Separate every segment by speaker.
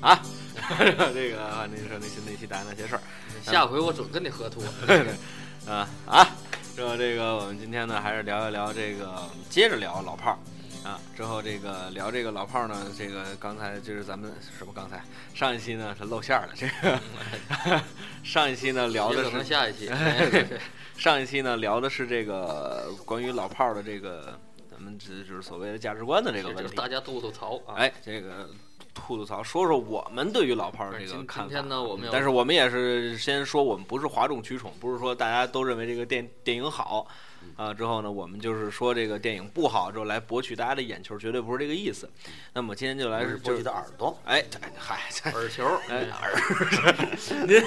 Speaker 1: 啊， 这个啊那说那期那期答那些事儿，
Speaker 2: 下回我准跟你合 图。
Speaker 1: 啊啊，说这个我们今天呢还是聊一聊这个，我们接着聊老炮儿。啊，之后这个聊这个老炮儿呢，这个刚才就是咱们什么刚才上一期呢是露馅儿了，这个上一期呢聊
Speaker 2: 也
Speaker 1: 的
Speaker 2: 可能
Speaker 1: 是
Speaker 2: 下一期。
Speaker 1: 上一期呢聊的是这个关于老炮儿的这个咱们这就是所谓的价值观 的这个
Speaker 2: 就
Speaker 1: 问
Speaker 2: 是
Speaker 1: 题。
Speaker 2: 大家吐吐槽啊。
Speaker 1: 哎，这个吐吐槽，说说我们对于老炮儿这
Speaker 2: 今
Speaker 1: 个看
Speaker 2: 今
Speaker 1: 法。啊嗯
Speaker 2: 天呢，我们要
Speaker 1: 但是我们也是先说，我们不是哗众取宠，不是说大家都认为这个电电影好，
Speaker 2: 嗯
Speaker 1: 啊，之后呢，我们就是说这个电影不好，之后来博取大家的眼球，绝对不是这个意思。
Speaker 2: 嗯
Speaker 1: 那么今天就来
Speaker 3: 还是波
Speaker 1: 就
Speaker 3: 及的耳朵。
Speaker 1: 哎，这嗨，这
Speaker 2: 耳球，嗯
Speaker 1: 哎耳您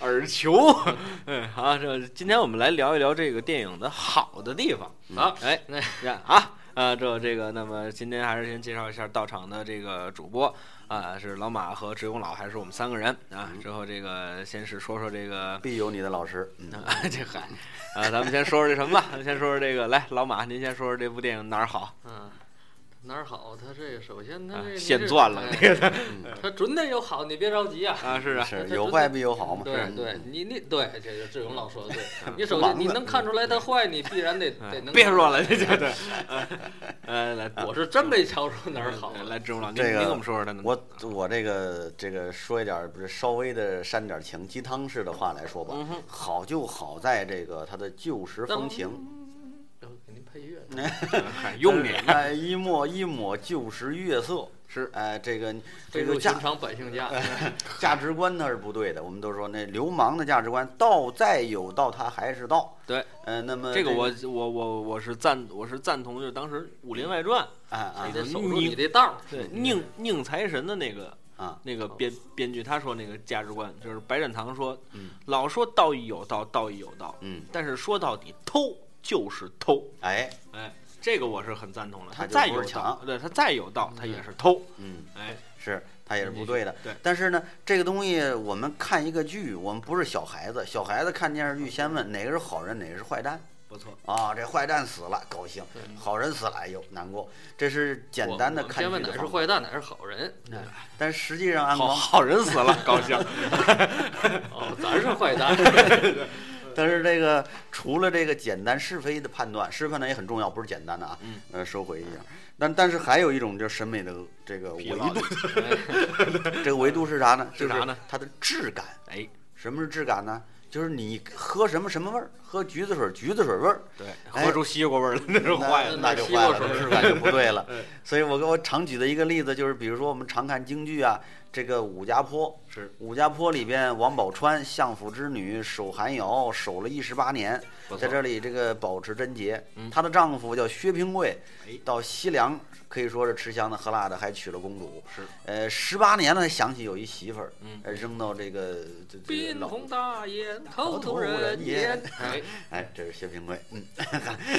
Speaker 1: 耳 球，哎，好，这今天我们来聊一聊这个电影的好的地方。
Speaker 2: 好，
Speaker 1: 哎，
Speaker 2: 那
Speaker 1: 呀啊啊，这这个，那么今天还是先介绍一下到场的这个主播啊，是老马和志勇老，还是我们三个人啊？之后这个先是说说这个，
Speaker 3: 必有你的老师，嗯，
Speaker 1: 啊、这嗨啊，咱们先说说这什么吧，咱们先说说这个，来，老马，您先说说这部电影哪儿好？
Speaker 2: 嗯，哪儿好？他这个首先他
Speaker 1: 啊
Speaker 2: 这，
Speaker 1: 现赚了嗯
Speaker 2: 这
Speaker 1: 这
Speaker 2: 个
Speaker 1: 个
Speaker 2: 哎他准得有好，你别着急啊。
Speaker 1: 啊，是啊，
Speaker 3: 是
Speaker 2: 他
Speaker 3: 有
Speaker 2: 真
Speaker 3: 坏
Speaker 2: 的
Speaker 3: 必有好嘛。
Speaker 2: 对
Speaker 3: 嗯
Speaker 2: 对，，你你对，这个志勇老说 的对。你首
Speaker 3: 忙
Speaker 2: 先
Speaker 3: 的
Speaker 2: 你能看出来他坏，你必然得
Speaker 1: 哎
Speaker 2: 得能。
Speaker 1: 别说，了，这这这，呃，来，
Speaker 2: 我是真没瞧出哪儿好啊
Speaker 1: 来
Speaker 2: 了。
Speaker 1: 嗯来，志勇老，您
Speaker 3: 这
Speaker 1: 您
Speaker 3: 个
Speaker 1: 给我们说说他呢？
Speaker 3: 嗯我我这个这个说一点儿不是稍微的煽点儿情鸡汤式的话来说吧，
Speaker 1: 嗯哼
Speaker 3: 好就好在这个它的旧时风情，
Speaker 2: 然后哎给您配乐，
Speaker 1: 嗨用你
Speaker 3: 哎一抹一抹旧时月色，
Speaker 1: 是
Speaker 3: 哎这个
Speaker 2: 这
Speaker 3: 这
Speaker 2: 入
Speaker 3: 个
Speaker 2: 寻
Speaker 3: 价
Speaker 2: 常百姓
Speaker 1: 哎
Speaker 2: 家。
Speaker 3: 价值观那是不对的，我们都说那流氓的价值观，道再有道它还是道，
Speaker 1: 对，
Speaker 3: 呃那么
Speaker 1: 这个我我我我是赞我是赞同，就是当时《武林外传》
Speaker 3: 啊啊
Speaker 2: 你得守住你这道儿。
Speaker 1: 对宁宁财神的那个
Speaker 3: 啊
Speaker 1: 那个编编剧他说那个价值观，就是白展堂说，
Speaker 3: 嗯
Speaker 1: 老说道义有道，道义有道，
Speaker 3: 嗯
Speaker 1: 但是说到底偷就是偷，
Speaker 3: 哎
Speaker 1: 哎，这个我是很赞同的。
Speaker 3: 他就
Speaker 1: 再
Speaker 3: 不
Speaker 1: 有
Speaker 3: 是
Speaker 1: 道，
Speaker 3: 强
Speaker 1: 对他再有道，他也是偷，
Speaker 3: 嗯
Speaker 1: 哎，
Speaker 3: 是它也是不对的。
Speaker 1: 对
Speaker 3: 但是呢，这个东西我们看一个剧，我们不是小孩子，小孩子看电视剧先问哪个是好人，哪个是坏蛋
Speaker 1: 不错，
Speaker 3: 啊？这坏蛋死了高兴
Speaker 2: 对，
Speaker 3: 好人死了哎呦难过，这是简
Speaker 2: 我
Speaker 3: 单的
Speaker 2: 我们
Speaker 3: 看
Speaker 2: 先
Speaker 3: 剧
Speaker 2: 问
Speaker 3: 的
Speaker 2: 哪是
Speaker 3: 方法。
Speaker 2: 坏蛋，哪是好人？
Speaker 1: 嗯
Speaker 3: 但实际上，安
Speaker 1: 好
Speaker 3: 光，
Speaker 1: 好人死了高 兴，
Speaker 2: 哦，咱是坏蛋。
Speaker 3: 但是这个除了这个简单是非的判断，是非呢也很重要，不是简单的啊。
Speaker 1: 嗯。
Speaker 3: 呃，收回一下，但但是还有一种就是审美的这个
Speaker 1: 疲
Speaker 3: 维
Speaker 1: 劳
Speaker 3: 度，这个维度是啥呢？
Speaker 1: 是啥呢？
Speaker 3: 它的质感。
Speaker 1: 哎，
Speaker 3: 什么是质感呢？就是你喝什么什么味儿，喝橘子水橘子水味儿，
Speaker 1: 对，
Speaker 3: 哎
Speaker 1: 喝出西瓜味儿了， 那是坏
Speaker 3: 那
Speaker 1: 了。
Speaker 3: 那就坏了，这质感就 不对了
Speaker 1: 哎。
Speaker 3: 所以我给我常举的一个例子就是，比如说我们常看京剧啊，这个《武家坡》
Speaker 1: 是
Speaker 3: 《武家坡》里边，王宝钏相府之女守寒窑守了一十八年
Speaker 1: 不，错
Speaker 3: 在这里这个保持贞洁
Speaker 1: 嗯。
Speaker 3: 她的丈夫叫薛平贵
Speaker 1: 哎，
Speaker 3: 到西凉可以说是吃香的喝辣的，还娶了公主。
Speaker 1: 是，
Speaker 3: 呃，十八年了，想起有一媳妇儿
Speaker 1: 嗯，
Speaker 3: 呃扔到这个这这
Speaker 2: 宾
Speaker 3: 个老。
Speaker 2: 红大烟，口
Speaker 3: 口
Speaker 2: 吐
Speaker 3: 吐
Speaker 2: 人
Speaker 3: 人
Speaker 2: 言
Speaker 3: 言。
Speaker 2: 哎，
Speaker 3: 哎，这是薛平贵。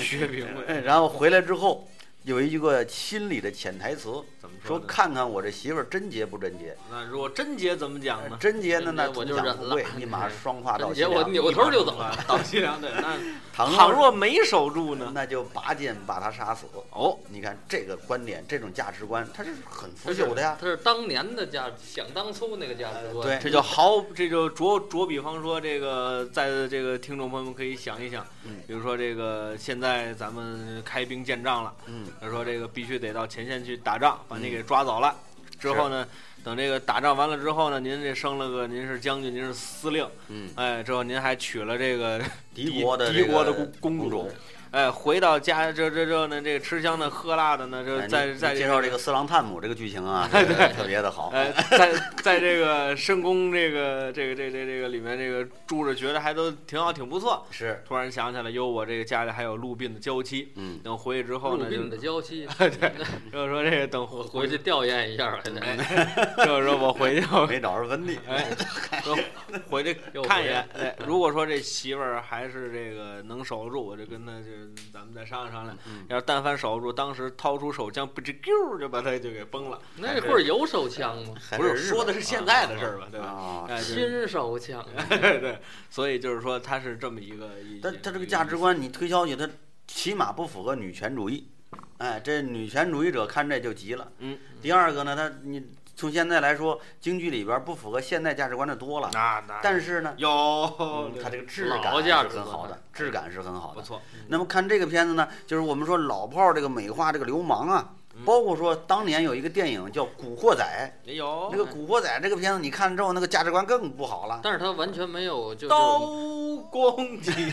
Speaker 1: 薛平贵
Speaker 3: 然后回来之后，有一个心里的潜台词，
Speaker 1: 怎么
Speaker 3: 说
Speaker 1: 呢？
Speaker 3: 看看我这媳妇儿贞洁不贞洁。
Speaker 1: 那
Speaker 3: 呃
Speaker 1: 如果贞洁怎么讲呢？
Speaker 3: 贞洁呢，那
Speaker 2: 贞洁我
Speaker 3: 同
Speaker 2: 就
Speaker 3: 享
Speaker 2: 忍
Speaker 3: 富
Speaker 2: 了
Speaker 3: 贵，一马 双跨到
Speaker 2: 陈
Speaker 3: 西
Speaker 2: 杰，我
Speaker 3: 凉。
Speaker 2: 扭头就走 了。
Speaker 1: 到西凉对，那
Speaker 3: 啊倘
Speaker 1: 倘若没守住呢？
Speaker 3: 那就拔剑把他杀死。
Speaker 1: 哦，
Speaker 3: 你看这个观点，这种价值观，它是很腐朽的呀。
Speaker 2: 他是当年的价，想当初那个价值观。
Speaker 3: 对
Speaker 1: 这就毫，这就着着比方说，这个在这个听众朋友们可以想一想，
Speaker 3: 嗯
Speaker 1: 比如说这个现在咱们开兵见仗了，
Speaker 3: 嗯，
Speaker 1: 他说这个必须得到前线去打仗，把你给抓走了。之后呢，等这个打仗完了之后呢，您这升了个您是将军，您是司令，
Speaker 3: 嗯，
Speaker 1: 哎，之后您还娶了这个
Speaker 3: 敌国的
Speaker 1: 敌
Speaker 3: 这个
Speaker 1: 国的公
Speaker 3: 公
Speaker 1: 主，哎，回到家这这这呢，这个吃香的喝辣的呢，这
Speaker 3: 哎
Speaker 1: 在
Speaker 3: 你
Speaker 1: 在
Speaker 3: 你介绍这个哎四郎探母这个剧情 啊，这个特别的好。
Speaker 1: 呃，在在这个深宫这个这个这个这个这个里面这个住着，觉得还都挺好，挺不错。
Speaker 3: 是，
Speaker 1: 突然想起来，哟，我这个家里还有陆殡的娇妻。
Speaker 3: 嗯，
Speaker 1: 等回去之后
Speaker 2: 入
Speaker 1: 呢，就
Speaker 2: 殡 的娇妻，
Speaker 1: 就是说这个等
Speaker 2: 我
Speaker 1: 回
Speaker 2: 回去，调研一下来
Speaker 1: 哎
Speaker 3: 嗯
Speaker 2: 着。，
Speaker 1: 就是说我回去，
Speaker 3: 没找着温蒂。
Speaker 1: 哎，说回去
Speaker 2: 又
Speaker 1: 看一
Speaker 2: 回来
Speaker 1: 眼。哎，如果说这媳妇儿还是这个能守住，我就跟她就是咱们再商量商量。
Speaker 3: 嗯
Speaker 1: 要是但凡守不住，当时掏出手枪，不吱啾就把她就给崩了。 哎
Speaker 2: 那会儿有手枪 吗？
Speaker 3: 还
Speaker 1: 不是
Speaker 3: 日
Speaker 1: 说的
Speaker 3: 本
Speaker 1: 是现在的事儿吧，对吧？
Speaker 3: 啊，
Speaker 1: 哎，就是
Speaker 2: 新手枪，啊
Speaker 1: 对对，所以就是说他是这么一个一，
Speaker 3: 但他这个价值观，你推销去，他起码不符合女权主义。哎，这女权主义者看这就急了。
Speaker 1: 嗯，
Speaker 3: 第二个呢，他你从现在来说，京剧里边不符合现代价值观的多了，
Speaker 1: 那那
Speaker 3: 但是呢，嗯
Speaker 1: 有
Speaker 3: 它这个质
Speaker 2: 老
Speaker 3: 感
Speaker 2: 价
Speaker 3: 是
Speaker 2: 值观嗯
Speaker 3: 很好的
Speaker 2: 了，
Speaker 3: 质感是很好
Speaker 1: 不
Speaker 3: 的。
Speaker 1: 错，
Speaker 3: 那么看这个片子呢，就是我们说老炮儿这个美化这个流氓啊，
Speaker 2: 嗯
Speaker 3: 包括说当年有一个电影叫《古惑仔》，
Speaker 1: 也有
Speaker 2: 哦
Speaker 3: 那个
Speaker 2: 哎
Speaker 3: 《古惑仔》这个片子，你看之后那个价值观更不好了。
Speaker 2: 但是他完全没有就是
Speaker 1: 刀光 几里，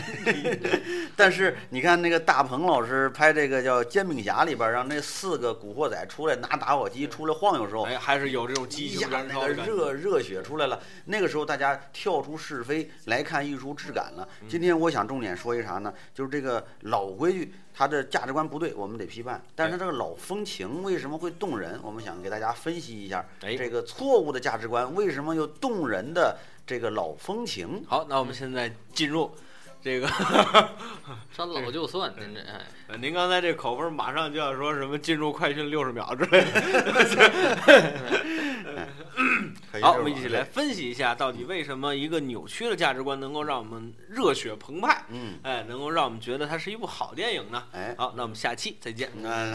Speaker 3: 但是你看那个大鹏老师拍这个叫《煎饼侠》里边，让那四个古惑仔出来拿打火机出来晃悠时候，
Speaker 1: 哎，还是有这种激
Speaker 3: 一
Speaker 1: 情
Speaker 3: 下
Speaker 1: 燃
Speaker 3: 那
Speaker 1: 烧
Speaker 3: 个
Speaker 1: 的感觉。
Speaker 3: 热热血出来了。那个时候大家跳出是非来看艺术质感了。
Speaker 1: 嗯
Speaker 3: 今天我想重点说一啥呢？就是这个老规矩，它的价值观不对，我们得批判。但是它这个老风情为什么会动人？我们想给大家分析一下
Speaker 1: 哎
Speaker 3: 这个错误的价值观为什么又动人的这个老风情。
Speaker 1: 好，那我们现在进入这个，
Speaker 2: 删老就算，您这哎，
Speaker 1: 呃您刚才这口风马上就要说什么进入快讯六十秒之类的。 好，我们一起来。分析一下，到底为什么一个扭曲的价值观能够让我们热血澎湃，
Speaker 3: 嗯，
Speaker 1: 哎，能够让我们觉得它是一部好电影呢？
Speaker 3: 哎，
Speaker 1: 好，那我们下期再见。
Speaker 3: 那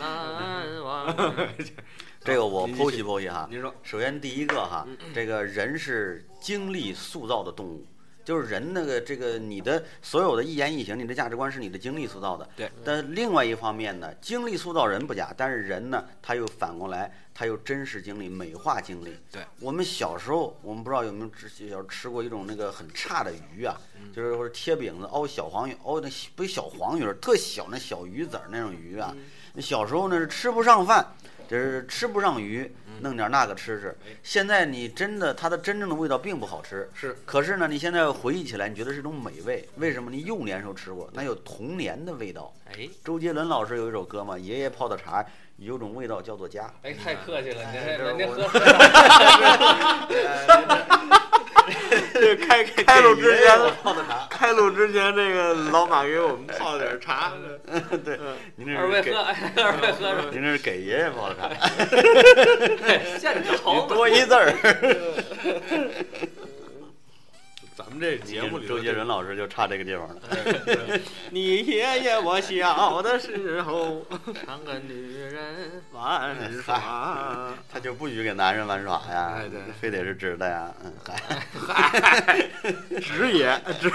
Speaker 3: 嗯
Speaker 2: 难忘。
Speaker 3: 这个我
Speaker 1: 您
Speaker 3: 剖
Speaker 1: 继
Speaker 3: 析
Speaker 1: 续嗯
Speaker 3: 剖析哈。
Speaker 1: 您说，嗯
Speaker 3: 首先第一个哈，这个人是经历塑造的动物，就是人那个这个你的所有的一言一行，你的价值观是你的经历塑造的。
Speaker 1: 对。
Speaker 3: 但另外一方面呢，经历塑造人不假，但是人呢，他又反过来，他又真实经历、美化经历。
Speaker 1: 对。
Speaker 3: 我们小时候，我们不知道有没有吃小时候吃过一种那个很差的鱼啊，
Speaker 1: 嗯
Speaker 3: 就是或者贴饼子熬小黄鱼，熬那不是小黄鱼儿，特小那小鱼籽儿那种鱼
Speaker 1: 嗯
Speaker 3: 啊。那小时候呢是吃不上饭，就是吃不上鱼，弄点那个吃吃
Speaker 1: 哎。
Speaker 3: 现在你真的它的真正的味道并不好吃，
Speaker 1: 是
Speaker 3: 可是呢，你现在回忆起来，你觉得是一种美味。为什么？你幼年时候吃过，那有童年的味道。
Speaker 1: 哎，
Speaker 3: 周杰伦老师有一首歌嘛，《爷爷泡的茶》，有种味道叫做 家。
Speaker 2: 哎，太客气了，您
Speaker 3: 哎
Speaker 2: 这
Speaker 3: 这
Speaker 2: 您
Speaker 3: 我
Speaker 2: 喝水吧
Speaker 1: 这开开
Speaker 3: 开
Speaker 1: 录之前，
Speaker 3: 泡的茶，
Speaker 1: 开录之前，这个老马给我们泡了点茶。
Speaker 3: 对，您这
Speaker 2: 二
Speaker 3: 是
Speaker 2: 位
Speaker 3: 给
Speaker 2: 喝，哎二位喝着
Speaker 3: 您这是给爷爷泡的茶，
Speaker 2: 哎，现
Speaker 3: 你
Speaker 2: 成
Speaker 3: 多一字 儿。
Speaker 1: 咱们这节目里头
Speaker 3: 周杰伦老师就差这个地方了。
Speaker 1: 你爷爷我小的时候
Speaker 2: 当个女人，
Speaker 1: 玩耍，
Speaker 3: 他就不许给男人玩耍呀，
Speaker 1: 哎对
Speaker 3: 非得是直的呀，嗯，嗨。
Speaker 1: 直爷直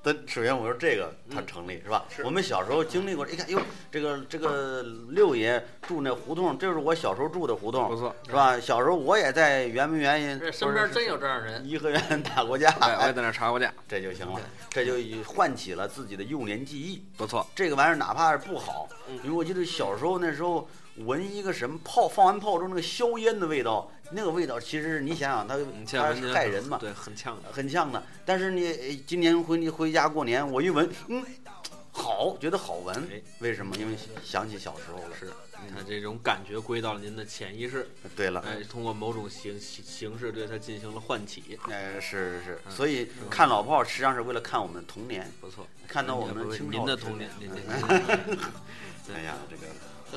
Speaker 3: 但首先我说这个它成立、是吧？我们小时候经历过，一看哟，这个这个六爷住那胡同，这是我小时候住的胡同，
Speaker 1: 不错
Speaker 3: 是吧？小时候我也在圆明园
Speaker 2: 这身边真有这样人，
Speaker 3: 颐和园打过架，
Speaker 1: 哎，我也在那查过架，
Speaker 3: 这就行了，这就已唤起了自己的幼年记忆。
Speaker 1: 不错。
Speaker 3: 这个玩意儿哪怕是不好，因为我记得小时候那时候闻一个什么炮，放完炮之后那个硝烟的味道，那个味道其实你想想它
Speaker 1: 你嗯见
Speaker 3: 它
Speaker 1: 闻
Speaker 3: 是害人嘛，
Speaker 1: 对，很呛的。
Speaker 3: 很像的。但是你呃今年回你回家过年，我一闻，嗯，好，觉得好闻
Speaker 1: 哎。
Speaker 3: 为什么？因为想起小时候了。
Speaker 1: 是，你看哎这种感觉归到了您的潜意识，
Speaker 3: 对了，
Speaker 1: 哎，通过某种形形形式对它进行了唤起，
Speaker 3: 呃，是是是。
Speaker 1: 嗯
Speaker 3: 所以看老炮儿实际上是为了看我们的童年，
Speaker 1: 不错。
Speaker 3: 看到我
Speaker 1: 您的
Speaker 3: 们
Speaker 1: 不是
Speaker 3: 青少
Speaker 1: 您的
Speaker 3: 时
Speaker 1: 童年，
Speaker 3: 代
Speaker 1: 您
Speaker 3: 嗯
Speaker 1: 的
Speaker 3: 哎呀，这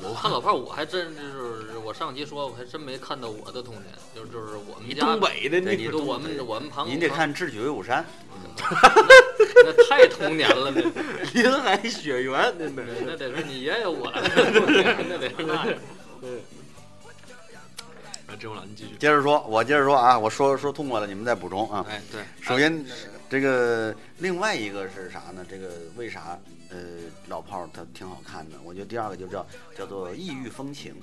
Speaker 3: 个
Speaker 2: 我看老炮儿，我还真就是我上集说，我还真没看到我的童年，就是就是我们
Speaker 1: 你
Speaker 2: 家
Speaker 1: 东，北的，
Speaker 3: 对
Speaker 1: 你
Speaker 3: 你
Speaker 2: 就我们我们旁，
Speaker 3: 您得看《智取威虎山
Speaker 2: 那太童年了，那
Speaker 1: 林海雪原，真的。
Speaker 2: 那得是你爷爷我的童年，那得是那。
Speaker 1: 啊，郑老，您继续》。。
Speaker 3: 接着说，我接着说啊，我说说痛快了，你们再补充啊。
Speaker 1: 哎，对，
Speaker 3: 首先，这个另外一个是啥呢？这个为啥呃老炮儿他挺好看的？我觉得第二个就叫叫做异域风情。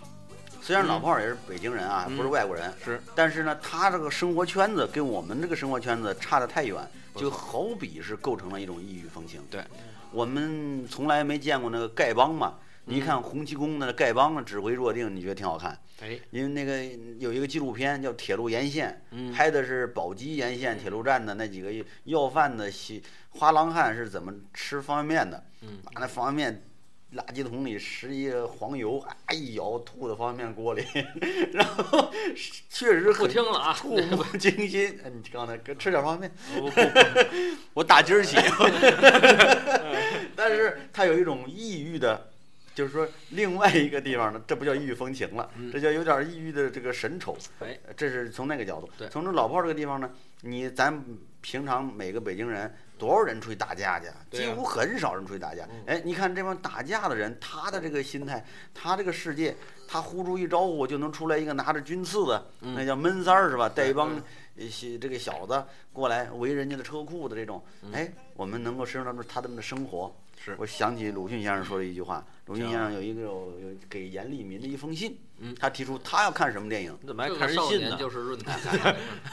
Speaker 3: 虽然老炮儿也是北京人啊，
Speaker 1: 嗯
Speaker 3: 不是外国人，
Speaker 1: 是
Speaker 3: 但是呢，他这个生活圈子跟我们这个生活圈子差得太远，
Speaker 1: 不错
Speaker 3: 就好比是构成了一种异域风情。
Speaker 1: 对，
Speaker 3: 我们从来没见过那个丐帮嘛。
Speaker 1: 嗯
Speaker 3: 你一看洪七公的丐帮的指挥若定，你觉得挺好看，
Speaker 1: 哎，
Speaker 3: 因为那个有一个纪录片叫《铁路沿线》，
Speaker 1: 嗯，
Speaker 3: 拍的是宝鸡沿线铁路站的那几个要饭的西花郎汉是怎么吃方便面的，
Speaker 1: 嗯
Speaker 3: 拿那方便面。垃圾桶里拾一个黄油，啊一咬吐到方便面锅里， 然后确实
Speaker 2: 不
Speaker 3: 很
Speaker 2: 听了啊，
Speaker 3: 触目惊心。哎你刚才吃点方便面，
Speaker 1: 不不
Speaker 3: 我打今儿 起。 但是它有一种异域的，就是说另外一个地方呢，这不叫异域风情了，这叫有点异域的这个神丑。
Speaker 1: 嗯哎，
Speaker 3: 这是从那个角度
Speaker 1: 对。
Speaker 3: 从这老炮儿这个地方呢，你咱平常每个北京人多少人出去打架去？啊
Speaker 1: 对啊嗯
Speaker 3: 几
Speaker 1: 呀
Speaker 3: 乎很少人出去打架。哎，你看这帮打架的人，他的这个心态，他这个世界，他呼出一招呼就能出来一个拿着军刺的，
Speaker 1: 嗯
Speaker 3: 那叫闷三儿是吧？带一帮呃小这个小子过来围人家的车库的这种，哎，我们能够深入到他们的生活。
Speaker 1: 嗯是
Speaker 3: 我想起鲁迅先生说的一句话，鲁迅
Speaker 1: 叫
Speaker 3: 先生有一个有有给严立民的一封信
Speaker 1: 嗯，
Speaker 3: 他提出他要看什么 电影，
Speaker 1: 你怎么还
Speaker 2: 这
Speaker 1: 看
Speaker 2: 个
Speaker 1: 人
Speaker 2: 少
Speaker 1: 信
Speaker 2: 年
Speaker 1: 呢？
Speaker 2: 就是 论坛，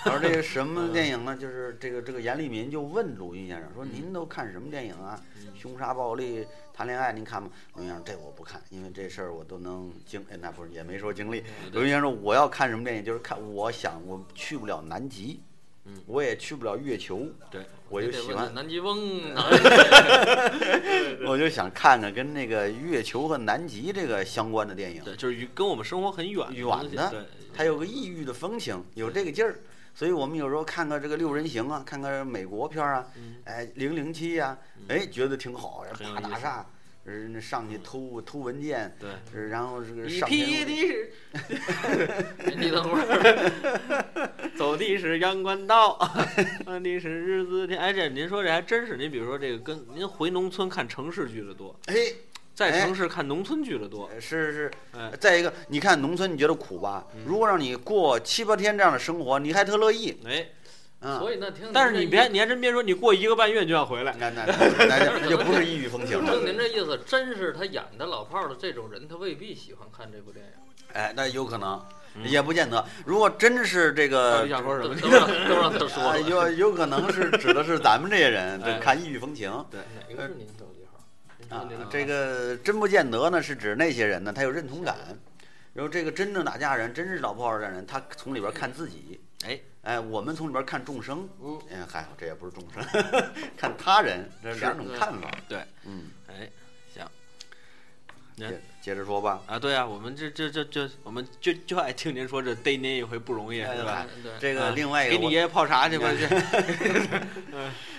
Speaker 3: 他说这个什
Speaker 1: 嗯
Speaker 3: 么电影呢？就是这个这个严立民就问鲁迅先生说：“您都看什么电影啊？
Speaker 1: 嗯
Speaker 3: 凶杀、暴力、谈恋爱，您看吗？”鲁迅先生这我不看，因为这事儿我都能经，哎，那不是也没说经历。鲁迅先生说我要看什么电影，就是看我想我去不了南极，
Speaker 1: 嗯
Speaker 3: 我也去不了月球，
Speaker 1: 对，
Speaker 3: 我就
Speaker 2: 你得
Speaker 3: 喜
Speaker 2: 问
Speaker 3: 欢
Speaker 2: 问南极翁 啊呢，
Speaker 3: 我就想看看跟那个月球和南极这个相关的电影。
Speaker 1: 对，就是与跟我们生活很远
Speaker 3: 远
Speaker 1: 东西
Speaker 3: 的
Speaker 1: 对，
Speaker 3: 它有个异域的风情，有这个劲儿。所以我们有时候看看这个《六人行》啊，看看美国片儿啊，哎，《零零七》呀，哎，觉得挺好，然后
Speaker 1: 嗯很有
Speaker 3: 爬
Speaker 1: 意
Speaker 3: 大
Speaker 1: 思
Speaker 3: 厦，呃上去偷偷文件，
Speaker 1: 对
Speaker 3: 呃然后这个
Speaker 1: 你 E
Speaker 3: 上
Speaker 1: 屁
Speaker 3: 天
Speaker 1: 的是
Speaker 2: 你等会儿，
Speaker 1: 走的是阳关道， 看的是日子天。哎，这您说这还真是，您比如说这个跟您回农村看城市剧的多，
Speaker 3: 哎，
Speaker 1: 在城市看农村剧的多。
Speaker 3: 是是
Speaker 1: 哎，
Speaker 3: 再一个，你看农村，你觉得苦吧？如果让你过七八天这样的生活，你还特乐意，
Speaker 1: 哎，
Speaker 3: 嗯。
Speaker 2: 所以那听您
Speaker 1: 但是
Speaker 2: 这
Speaker 1: 你
Speaker 2: 意
Speaker 1: 别，你还真别说，你过一个半月就要回来。
Speaker 3: 那那那那那就不是异域风 情
Speaker 2: 听您
Speaker 3: 了，
Speaker 2: 这意思，真是他演的老炮儿的这种人，他未必喜欢看这部电影。
Speaker 3: 哎，那有可能，
Speaker 1: 嗯
Speaker 3: 也不见得。如果真是这
Speaker 1: 到
Speaker 3: 个
Speaker 1: 底想说什
Speaker 2: 都
Speaker 1: 么？
Speaker 2: 都让都让他说
Speaker 3: 啊，
Speaker 2: 了，
Speaker 3: 有有可能是指的是咱们这些人，
Speaker 1: 哎
Speaker 3: 这看异域风情
Speaker 2: 哪个是您手机号？您说
Speaker 3: 啊
Speaker 2: 您。
Speaker 3: 这个真不见得呢，是指那些人呢，他有认同感。然后这个真正打架人，真是老炮儿的人，他从里边看自己。
Speaker 1: 哎
Speaker 3: 哎，我们从里边看众生。
Speaker 2: 嗯，
Speaker 3: 哎，还好这也不是众生，看他人，这是两种
Speaker 2: 对
Speaker 3: 看法。
Speaker 1: 对，
Speaker 3: 嗯，
Speaker 1: 哎，行嗯
Speaker 3: 接接着说吧。
Speaker 1: 啊，对啊，我们这这这这，我们就就爱听您说这逮您一回不容易，
Speaker 3: 哎
Speaker 1: 是吧？
Speaker 2: 嗯对，
Speaker 3: 这个
Speaker 1: 啊
Speaker 3: 另外一
Speaker 1: 给
Speaker 3: 个
Speaker 1: 你
Speaker 3: 我，
Speaker 1: 爷爷泡茶去吧，去。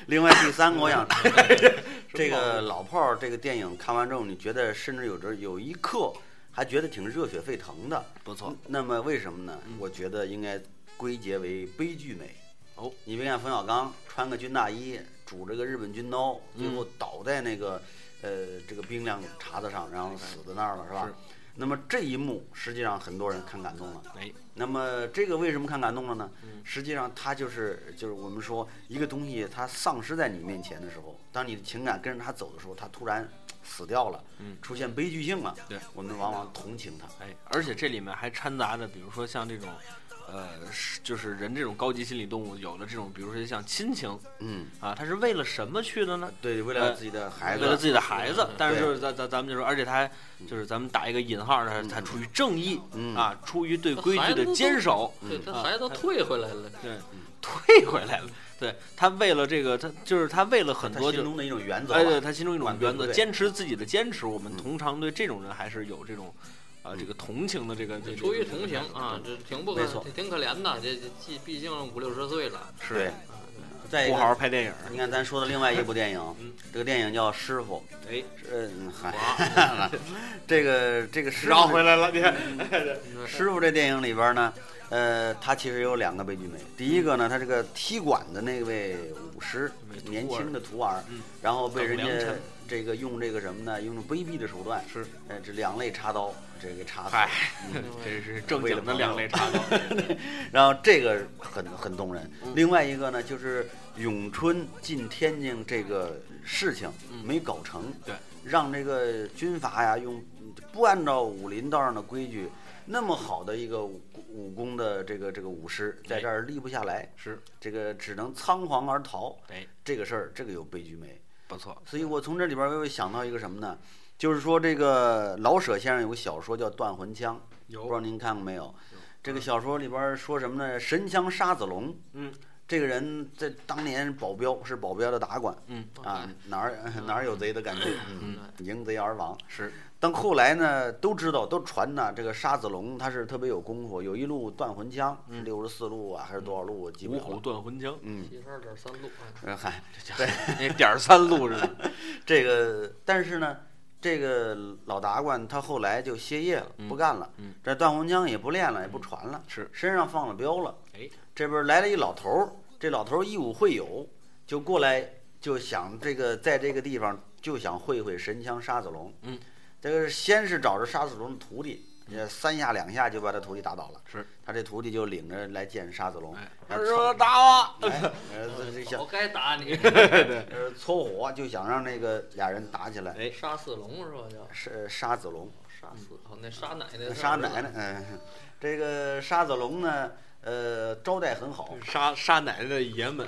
Speaker 3: 另外第三个我想这个老炮儿这个电影看完之后，你觉得甚至有着有一刻还觉得挺热血沸腾的。
Speaker 1: 不错，
Speaker 3: 那么为什么呢
Speaker 1: 嗯？
Speaker 3: 我觉得应该归结为悲剧美。
Speaker 1: 哦，
Speaker 3: 你别看冯小刚穿个军大衣，拄着个日本军刀，
Speaker 1: 嗯
Speaker 3: 最后倒在那个呃这个冰凉碴子上，然后死在那儿了，是吧
Speaker 1: 是？
Speaker 3: 那么这一幕实际上很多人看感动了。
Speaker 1: 哎，
Speaker 3: 那么这个为什么看感动了呢
Speaker 1: 嗯？
Speaker 3: 实际上它就是就是我们说一个东西它丧失在你面前的时候，当你的情感跟着它走的时候，它突然死掉了，
Speaker 1: 嗯
Speaker 3: 出现悲剧性了，
Speaker 1: 对
Speaker 3: 我们往往同情它。
Speaker 1: 哎，而且这里面还掺杂着，比如说像这种，呃，是就是人这种高级心理动物有了这种，比如说像亲情
Speaker 3: 嗯，
Speaker 1: 啊，他是为了什么去的呢？
Speaker 3: 对，为了自己的孩子，
Speaker 1: 呃为了自己的孩子
Speaker 2: 嗯，
Speaker 1: 但是
Speaker 3: 对
Speaker 1: 就是咱咱咱们就说，而且他还就是咱们打一个引号，他他出于正义
Speaker 3: 嗯
Speaker 1: 啊，出于对规矩的坚守，
Speaker 2: 对
Speaker 3: 啊
Speaker 2: 他孩子都退回来了，
Speaker 1: 对，退回来了，对他为了这个，他就是他为了很
Speaker 3: 他
Speaker 1: 多
Speaker 3: 心
Speaker 1: 就
Speaker 3: 中的一种原则吧。
Speaker 1: 哎，对他心中一种
Speaker 3: 管对
Speaker 1: 原
Speaker 3: 不
Speaker 1: 则，
Speaker 3: 对
Speaker 1: 坚持自己的坚持。我们
Speaker 3: 嗯
Speaker 1: 通常对这种人还是有这种，啊，这个同情的这个。这
Speaker 2: 出于
Speaker 1: 这
Speaker 2: 同情啊，这挺不可
Speaker 3: 没错
Speaker 2: 挺可怜的，这这既毕竟五六十岁了，
Speaker 1: 是
Speaker 3: 对
Speaker 2: 啊对
Speaker 3: 再一
Speaker 1: 不好好
Speaker 3: 个，
Speaker 1: 拍电影儿。
Speaker 3: 你看咱说的另外一部电
Speaker 1: 嗯
Speaker 3: 影，这个电影叫《师傅》。
Speaker 1: 哎，
Speaker 3: 嗯，嗨，
Speaker 2: 哇，
Speaker 3: 这个这个师
Speaker 1: 绕回
Speaker 3: 傅，
Speaker 1: 来了，你看，
Speaker 3: 师傅这电影里边呢，呃，他其实有两个悲剧美。第一个呢，他这个踢馆的那位武师
Speaker 1: 那位徒，儿
Speaker 3: 年轻的徒儿
Speaker 1: 嗯，
Speaker 3: 然后被人
Speaker 1: 耿良
Speaker 3: 家
Speaker 1: 辰
Speaker 3: 这个用这个什么呢？用卑鄙的手段，
Speaker 1: 是，
Speaker 3: 呃，这两肋插刀，这个插死。
Speaker 1: 嗨，这是正经的两肋插刀。
Speaker 3: 然后这个很很动人。另外一个呢，就是咏春进天津这个事情没搞成，
Speaker 1: 对，
Speaker 3: 让这个军阀呀用不按照武林道上的规矩，那么好的一个武武功的这个这个武师，在这儿立不下来，
Speaker 1: 是，
Speaker 3: 这个只能仓皇而逃。
Speaker 1: 哎，
Speaker 3: 这个事儿，这个有悲剧美。
Speaker 1: 不错，
Speaker 3: 所以我从这里边儿又想到一个什么呢？就是说，这个老舍先生有个小说叫《断魂枪》，不知道您看过没有？这个小说里边儿说什么呢？神枪杀子龙，
Speaker 1: 嗯，
Speaker 3: 这个人在当年保镖是保镖的打管
Speaker 1: 嗯，
Speaker 3: 啊，哪儿 哪儿有贼的感觉，嗯，迎贼而亡。
Speaker 1: 是，
Speaker 3: 但后来呢，都知道都传呢，这个杀子龙他是特别有功夫，有一路断魂枪，是六十四路啊，还是多少路我记不
Speaker 1: 五
Speaker 3: 了
Speaker 1: 虎
Speaker 3: 了。
Speaker 1: 断魂枪，
Speaker 3: 嗯，
Speaker 2: 七十二点三路，啊
Speaker 3: 呃嗨，
Speaker 1: 那点儿三路是吧，
Speaker 3: 这个，但是呢，这个老达官他后来就歇业了，不干了。
Speaker 1: 嗯
Speaker 3: 这断魂枪也不练了，也不传了，
Speaker 1: 是
Speaker 3: 身上放了镖了。
Speaker 1: 哎，
Speaker 3: 这边来了一老头儿，这老头儿一武会友，就过来就想这个在这个地方就想会会神枪杀子龙。
Speaker 1: 嗯，
Speaker 3: 这个先是找着杀子龙的徒弟，也三下两下就把他徒弟打倒了。
Speaker 1: 是，
Speaker 3: 他这徒弟就领着来见杀子龙
Speaker 1: 哎，他
Speaker 3: 然后
Speaker 1: 说打我，
Speaker 3: 哎然后这这
Speaker 2: 我
Speaker 3: 想
Speaker 2: 该打 你，
Speaker 3: 呃搓火，就想让那个俩人 打起来。
Speaker 1: 哎，
Speaker 2: 杀死龙是吧？叫
Speaker 3: 是杀子龙，
Speaker 2: 杀死哦，那杀奶奶，
Speaker 3: 嗯杀奶奶，嗯， 这个杀子龙呢，呃，招待很好，
Speaker 1: 杀杀奶奶的爷们，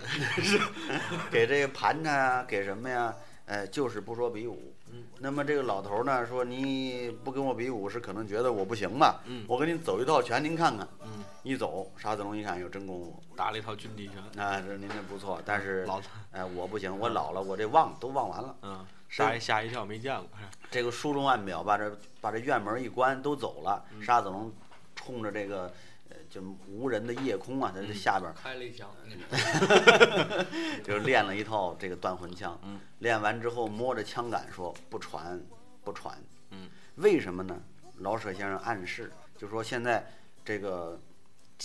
Speaker 3: 给这个盘缠啊，给什么呀？呃，就是不说比武。
Speaker 1: 嗯
Speaker 3: 那么这个老头呢，说你不跟我比武是可能觉得我不行吧？
Speaker 1: 嗯
Speaker 3: 我跟你走一套拳，您看看。
Speaker 1: 嗯，
Speaker 3: 一走，沙子龙一看有真功夫，
Speaker 1: 打了一套军体拳，
Speaker 3: 啊，这您这不错，但是
Speaker 1: 嗯老，
Speaker 3: 哎、我不行，我老了，我这忘都忘完了。
Speaker 1: 嗯，吓一吓一跳没见过，
Speaker 3: 这个书中暗表，把这把这院门一关，都走了。
Speaker 1: 嗯
Speaker 3: 沙子龙冲着这个呃，就无人的夜空啊，在
Speaker 1: 嗯
Speaker 3: 这下边
Speaker 2: 开了一枪，
Speaker 3: 哎就是练了一套这个断魂枪，
Speaker 1: 嗯
Speaker 3: 练完之后摸着枪杆说不传不传，
Speaker 1: 嗯，
Speaker 3: 为什么呢？老舍先生暗示，就说现在这个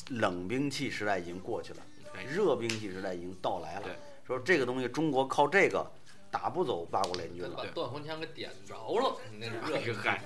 Speaker 3: 冷兵器时代已经过去了，
Speaker 1: 哎
Speaker 3: 热兵器时代已经到来了
Speaker 1: 对。
Speaker 3: 说这个东西中国靠这个打不走八国联军
Speaker 2: 把
Speaker 3: 了。
Speaker 2: 断魂枪给点着了，你那
Speaker 3: 哎
Speaker 2: 是热
Speaker 1: 嗨，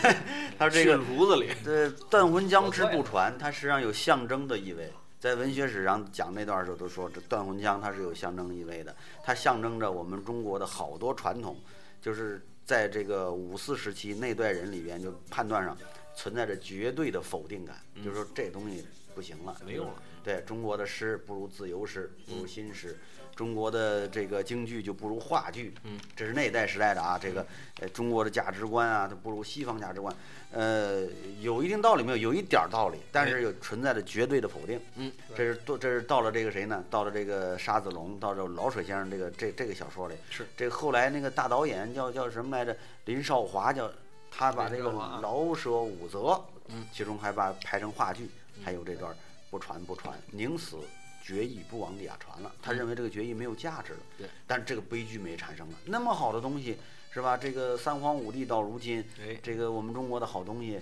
Speaker 3: 他这
Speaker 1: 去
Speaker 3: 个
Speaker 1: 炉子里，
Speaker 3: 这呃断魂枪之不传，它实际上有象征的意味。在文学史上讲那段时候都说，这断魂枪它是有象征意味的，它象征着我们中国的好多传统，就是在这个五四时期那代人里边就判断上存在着绝对的否定感，就是说这东西不行了，
Speaker 1: 没用了。
Speaker 3: 对中国的诗不如自由诗，不如新诗；中国的这个京剧就不如话剧。
Speaker 1: 嗯，
Speaker 3: 这是那一代时代的啊，这个呃中国的价值观啊，它不如西方价值观。呃，有一定道理没有？有一点儿道理，但是有存在着绝对的否定。
Speaker 1: 嗯，
Speaker 3: 这是都这是到了这个谁呢？到了这个沙子龙，到了老水先生这个这这个小说里
Speaker 1: 是
Speaker 3: 这个后来那个大导演叫叫什么来着？林少华叫他把这
Speaker 2: 林
Speaker 3: 个
Speaker 2: 少华啊
Speaker 3: 老舍五则，
Speaker 1: 嗯，
Speaker 3: 其中还把拍成话剧，还有这段儿不传不传，宁死决议不往下传了。他认为这个决议没有价值了，
Speaker 1: 嗯对，
Speaker 3: 但这个悲剧没产生了。那么好的东西是吧？这个三皇五帝到如今，
Speaker 1: 哎，
Speaker 3: 这个我们中国的好东西，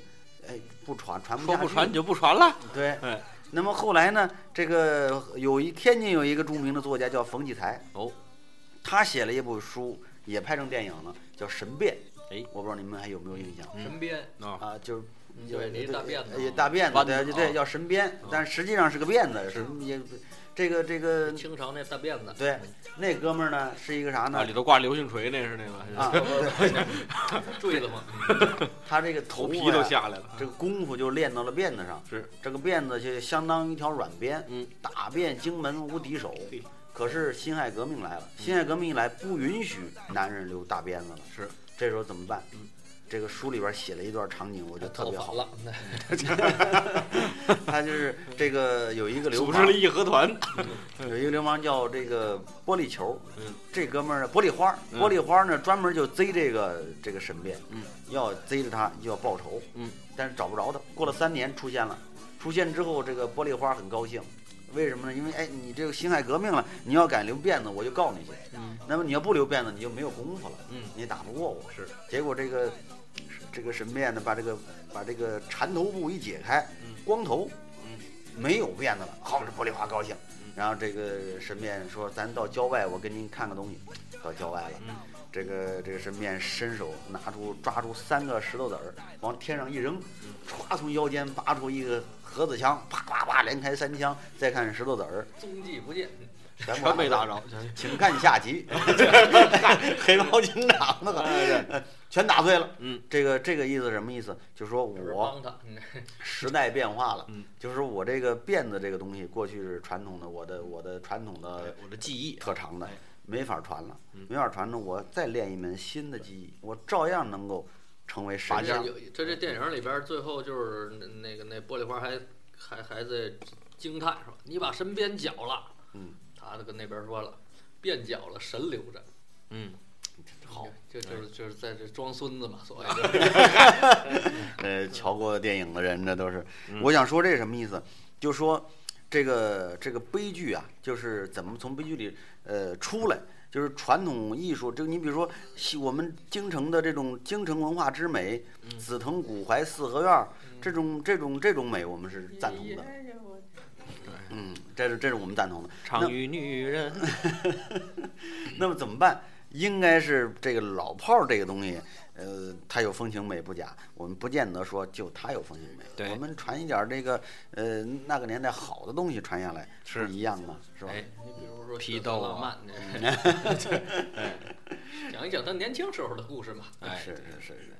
Speaker 3: 哎，不传传不
Speaker 1: 说
Speaker 3: 下
Speaker 1: 不
Speaker 3: 去，
Speaker 1: 传你就不传了，
Speaker 3: 对，
Speaker 1: 哎，
Speaker 3: 那么后来呢，这个有一天津有一个著名的作家叫冯骥才，
Speaker 1: 哦，
Speaker 3: 他写了一部书，也拍成电影了，叫《神变》。
Speaker 1: 哎
Speaker 3: 我不知道你们还有没有印象、
Speaker 2: 嗯身边
Speaker 1: 啊，
Speaker 3: 啊？就是
Speaker 2: 嗯对你大辫子
Speaker 3: 也哎大辫子，
Speaker 1: 弯
Speaker 3: 对
Speaker 1: 子
Speaker 3: 对
Speaker 1: 啊
Speaker 3: 对，叫神鞭，但实际上是个辫子，
Speaker 1: 是
Speaker 3: 什么也这个这个
Speaker 2: 清朝那大辫子，
Speaker 3: 对，那哥们儿呢是一个啥
Speaker 1: 那
Speaker 3: 呢
Speaker 1: 里？头挂流星锤那是那个，
Speaker 3: 啊，
Speaker 2: 坠子嘛，
Speaker 3: 他这个
Speaker 1: 头
Speaker 3: 头
Speaker 1: 皮
Speaker 3: 发呀
Speaker 1: 都下来了，
Speaker 3: 这个功夫就练到了辫子上，
Speaker 1: 是
Speaker 3: 这个辫子就相当于一条软鞭，
Speaker 1: 嗯，
Speaker 3: 打遍荆门无敌手
Speaker 1: 嘿。
Speaker 3: 可是辛亥革命来了，
Speaker 1: 嗯
Speaker 3: 辛亥革命一来，不允许男人留大辫子了。
Speaker 1: 是，
Speaker 3: 这时候怎么办
Speaker 1: 嗯？
Speaker 3: 这个书里边写了一段场景，我觉得特
Speaker 2: 造
Speaker 3: 别
Speaker 2: 反
Speaker 3: 好。
Speaker 2: 了，
Speaker 3: 他就是这个 有一个流
Speaker 1: 组织了
Speaker 3: 氓，
Speaker 1: 义和团，
Speaker 3: 有一个流氓叫这个玻璃球，
Speaker 1: 嗯
Speaker 3: 这哥们儿呢玻璃花儿，
Speaker 1: 嗯
Speaker 3: 玻璃花儿呢专门就贼这个这个神变，
Speaker 1: 嗯
Speaker 3: 要贼着他就要报仇，
Speaker 1: 嗯，
Speaker 3: 但是找不着他。过了三年出现了，出现之后，这个玻璃花很高兴，为什么呢？因为哎，你这个辛亥革命了，你要敢留辫子，我就告你去。
Speaker 1: 嗯
Speaker 3: 那么你要不留辫子，你就没有功夫了，
Speaker 1: 嗯，
Speaker 3: 你也打不过我。
Speaker 1: 是，
Speaker 3: 结果这个这个神变呢，把这个把这个缠头布一解开，
Speaker 1: 嗯
Speaker 3: 光头，
Speaker 1: 嗯，
Speaker 3: 没有辫子了。好，这玻璃花高兴
Speaker 1: 嗯。
Speaker 3: 然后这个神变说：“咱到郊外，我给您看个东西。”到郊外了，
Speaker 1: 嗯
Speaker 3: 这个这个神变伸手拿出抓住三个石头子儿，往天上一扔，
Speaker 1: 嗯
Speaker 3: 歘从腰间拔出一个盒子枪，啪啪啪连开三枪。再看石头子儿，
Speaker 2: 踪迹不见，
Speaker 3: 全部
Speaker 1: 全没打
Speaker 3: 着。
Speaker 1: 着，
Speaker 3: 请看下集， 黑猫警长那个呃全打碎了。
Speaker 1: 啊嗯，
Speaker 3: 这个这个意思什么意思？就是说
Speaker 2: 有人
Speaker 3: 我
Speaker 2: 帮他，嗯
Speaker 3: 时代变化了，
Speaker 1: 嗯
Speaker 3: 就是我这个辫子这个东西，过去是传统的，我的我的传统的
Speaker 1: 我的记忆，
Speaker 3: 特长的
Speaker 1: 哎，
Speaker 3: 没法传了，
Speaker 1: 嗯
Speaker 3: 没法传了。我再练一门新的技艺，我照样能够成为神
Speaker 2: 这
Speaker 3: 像。
Speaker 2: 有这这电影里边最后就是那那个那玻璃花还还还在惊叹说：“你把身边绞了。”
Speaker 3: 嗯，
Speaker 2: 他就跟那边说了：“变绞了，神留着。
Speaker 1: 嗯，”哎
Speaker 3: 好，
Speaker 2: 就就是就是在这装孙子嘛，所 谓的。
Speaker 3: 呃，瞧过电影的人，这都是。
Speaker 1: 嗯
Speaker 3: 我想说这什么意思？就说这个这个悲剧啊，就是怎么从悲剧里呃出来。就是传统艺术，就你比如说西，我们京城的这种京城文化之美，紫藤
Speaker 2: 嗯
Speaker 3: 古槐四合院儿这种这种这种美，我们是赞同的。嗯，这是这是我们赞同的。
Speaker 1: 常与女人，
Speaker 3: 那么怎么办？应该是这个老炮儿这个东西，呃，它有风情美不假，我们不见得说就它有风情
Speaker 1: 对
Speaker 3: 美。我们传一点儿这个呃那个年代好的东西传下来，
Speaker 1: 是
Speaker 3: 不一样嘛，是吧？
Speaker 1: 哎
Speaker 2: 你比如说
Speaker 1: 批
Speaker 2: 血色
Speaker 1: 斗
Speaker 2: 浪
Speaker 1: 啊嗯
Speaker 2: 漫这，哎 讲一讲他年轻时候的故事嘛。
Speaker 1: 哎，
Speaker 3: 是
Speaker 1: 对
Speaker 3: 是是是，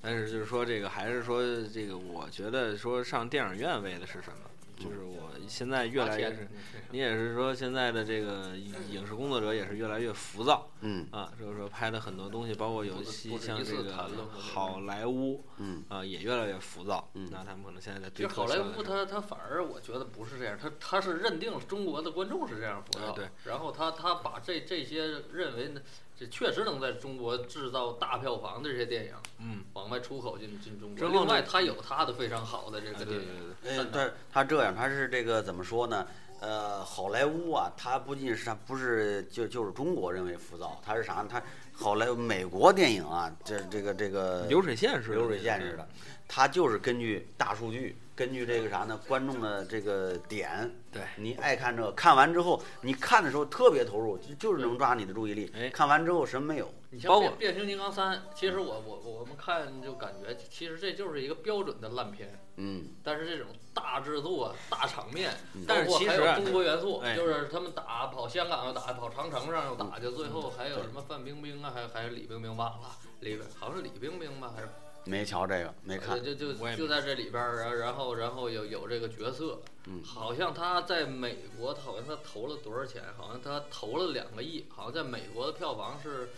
Speaker 1: 但是就是说这个，还是说这个，我觉得说上电影院为的是什么？就是
Speaker 2: 嗯
Speaker 1: 我现在 越
Speaker 2: 花
Speaker 1: 来越
Speaker 2: 钱
Speaker 1: 是，
Speaker 2: 嗯
Speaker 1: 你也是说现在的这个影视工作者也是越来越浮躁
Speaker 3: 嗯
Speaker 1: 啊，就是说拍的很多东西，包括有
Speaker 2: 不止
Speaker 1: 些
Speaker 2: 不止
Speaker 1: 像
Speaker 2: 一
Speaker 1: 这
Speaker 2: 次
Speaker 1: 个
Speaker 2: 谈论过这个
Speaker 1: 好莱坞
Speaker 3: 嗯
Speaker 1: 啊也越来越浮躁，
Speaker 3: 嗯
Speaker 1: 那他们可能现在在
Speaker 2: 其
Speaker 1: 对
Speaker 2: 实好
Speaker 1: 抗
Speaker 2: 莱
Speaker 1: 相
Speaker 2: 坞
Speaker 1: 对上
Speaker 2: 他他反而我觉得不是这样，他他是认定中国的观众是这样浮
Speaker 1: 哎
Speaker 2: 躁，
Speaker 1: 对，
Speaker 2: 然后他他把这这些认为呢，这确实能在中国制造大票房的这些电影
Speaker 1: 嗯，
Speaker 2: 往外出口进进中
Speaker 1: 之
Speaker 2: 国。
Speaker 1: 后呢
Speaker 2: 另外，他有他的非常好的这
Speaker 1: 啊
Speaker 2: 个
Speaker 1: 对对
Speaker 2: 电
Speaker 1: 对
Speaker 2: 影，
Speaker 1: 对，
Speaker 3: 呃，但他这样，他是这个怎么说呢？呃，好莱坞啊，它不仅是它不是就就是中国认为浮躁，它是啥呢？它好莱坞美国电影啊，这这个这个
Speaker 1: 流水线似的，
Speaker 3: 流水线似的，它就是根据大数据，根据这个啥呢，观众的这个点，
Speaker 1: 对
Speaker 3: 你爱看这个，看完之后你看的时候特别投入，就就是能抓你的注意力
Speaker 1: 哎，
Speaker 3: 看完之后什么没有，
Speaker 2: 你
Speaker 1: 包
Speaker 2: 像
Speaker 1: 括
Speaker 2: 变变形金刚三，其实我我我们看就感觉，其实这就是一个标准的烂片。
Speaker 3: 嗯，
Speaker 2: 但是这种大制作、大场面，
Speaker 1: 但是
Speaker 2: 包括
Speaker 1: 其实
Speaker 2: 还
Speaker 1: 啊
Speaker 2: 有中国元素，
Speaker 1: 哎嗯
Speaker 2: 就是他们打跑香港又打，跑长城上又打，就最后还有什么范冰冰啊，还还是李冰冰忘了，李冰好像是李冰冰吧，还是呃
Speaker 3: 没瞧这个，没看，
Speaker 2: 就就
Speaker 1: 我也没
Speaker 2: 就在这里边儿，然然后然后有有这个角色，
Speaker 3: 嗯
Speaker 2: 好像他在美国，好像他投了多少钱？好像他投了两个亿，好像在美国的票房是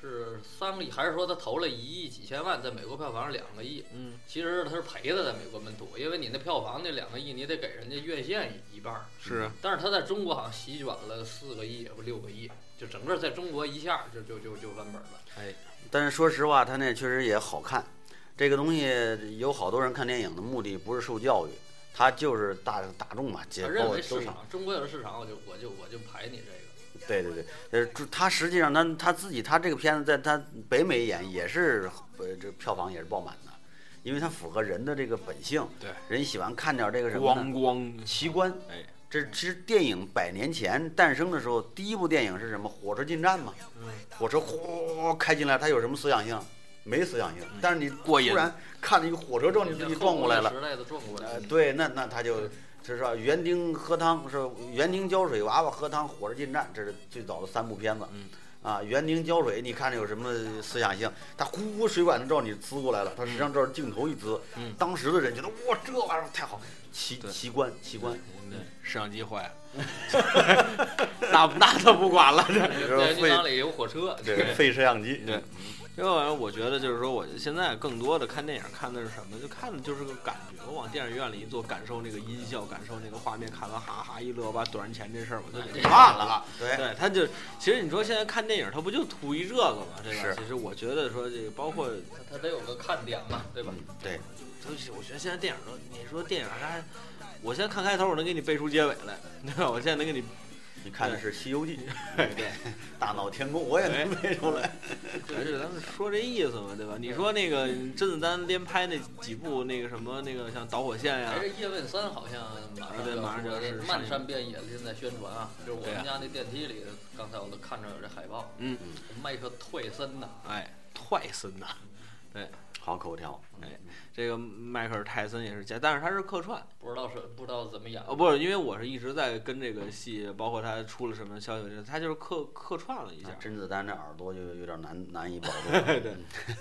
Speaker 2: 是三个亿，还是说他投了一亿几千万，在美国票房是两个亿？
Speaker 1: 嗯，
Speaker 2: 其实他是赔的，在美国本土，因为你那票房那两个亿，你得给人家院线一半儿。
Speaker 1: 是啊
Speaker 2: 但是他在中国好像席卷了四个亿或六个亿，就整个在中国一下就就就就翻本了。
Speaker 1: 哎，
Speaker 3: 但是说实话，它那确实也好看。这个东西有好多人看电影的目的不是受教育，他就是大大众嘛，解
Speaker 2: 他
Speaker 3: 包
Speaker 2: 啊认
Speaker 3: 括
Speaker 2: 为
Speaker 3: 都
Speaker 2: 市
Speaker 3: 是
Speaker 2: 场中国有市场，我就我就我就排你这个。
Speaker 3: 对对对，呃，就他实际上他他自己他这个片子在他北美演也是呃这票房也是爆满的，因为它符合人的这个本性，
Speaker 1: 对，
Speaker 3: 人喜欢看点这个什么
Speaker 1: 咣
Speaker 3: 呢？
Speaker 1: 咣，
Speaker 3: 奇观。
Speaker 1: 哎，
Speaker 3: 这其实电影百年前诞生的时候，第一部电影是什么？火车进站嘛，火车呼开进来，它有什么思想性？没思想性。
Speaker 1: 嗯
Speaker 3: 但是你
Speaker 1: 过瘾
Speaker 3: 突然看着一火车撞你自己撞过来了，
Speaker 2: 时代的撞过来了。
Speaker 3: 呃，对，那那他就就是说园丁喝汤是园丁浇水，娃娃喝汤，火车进站，这是最早的三部片子。
Speaker 1: 嗯。
Speaker 3: 啊，园丁浇水，你看着有什么思想性？他呼水管子照你滋过来了，他实际上照着镜头一滋，
Speaker 1: 嗯
Speaker 3: 当时的人觉得哇，这玩意儿太好，奇
Speaker 1: 对
Speaker 3: 奇观奇观。
Speaker 1: 我们的摄像机坏了， 那那他不管了，这。
Speaker 2: 对变形金刚里有火车，
Speaker 3: 对，废摄像机。
Speaker 1: 对，这个玩意儿我觉得就是说，我现在更多的看电影看的是什么？就看的就是个感觉。我往电影院里一坐，感受那个音效，感受那个画面，看完哈哈一乐，我把短人钱这事儿我就给忘
Speaker 3: 忘
Speaker 1: 了。
Speaker 3: 了，啊 对，
Speaker 1: 对，他就其实你说现在看电影，他不就图一这个嘛，对吧？
Speaker 3: 是
Speaker 1: 其实我觉得说这个，包括
Speaker 2: 它它得有个看点嘛，对吧？
Speaker 3: 嗯对，
Speaker 1: 就是我觉得现在电影都，你说电影它，我现在看开头，我能给你背出结尾来， 对吧？我现在能给你
Speaker 3: 你看的是《西游记》，
Speaker 1: 对，
Speaker 3: 大闹天宫，我也能 背出来。
Speaker 1: 而且咱们说这意思嘛，对吧？你说那个甄子丹连拍那几部那个什么那个像导火线呀
Speaker 2: 还，是叶问三好像马上
Speaker 1: 对马上就要
Speaker 2: 要出
Speaker 1: 是
Speaker 2: 了漫山遍野的现在宣传啊，就是我
Speaker 1: 对啊
Speaker 2: 们家那电梯里，刚才我都看着有这海报，
Speaker 1: 嗯，
Speaker 2: 迈克泰森呐，
Speaker 1: 哎，泰森呐，
Speaker 3: 好口条，
Speaker 1: 这个迈克尔·泰森也是加，但是他是客串
Speaker 2: 不知道是不知道怎么演，
Speaker 1: 哦，不是，因为我是一直在跟这个戏，包括他出了什么消息，他就是客客串了一下
Speaker 3: 啊。甄子丹这耳朵就有点难难以 保住。
Speaker 1: 对，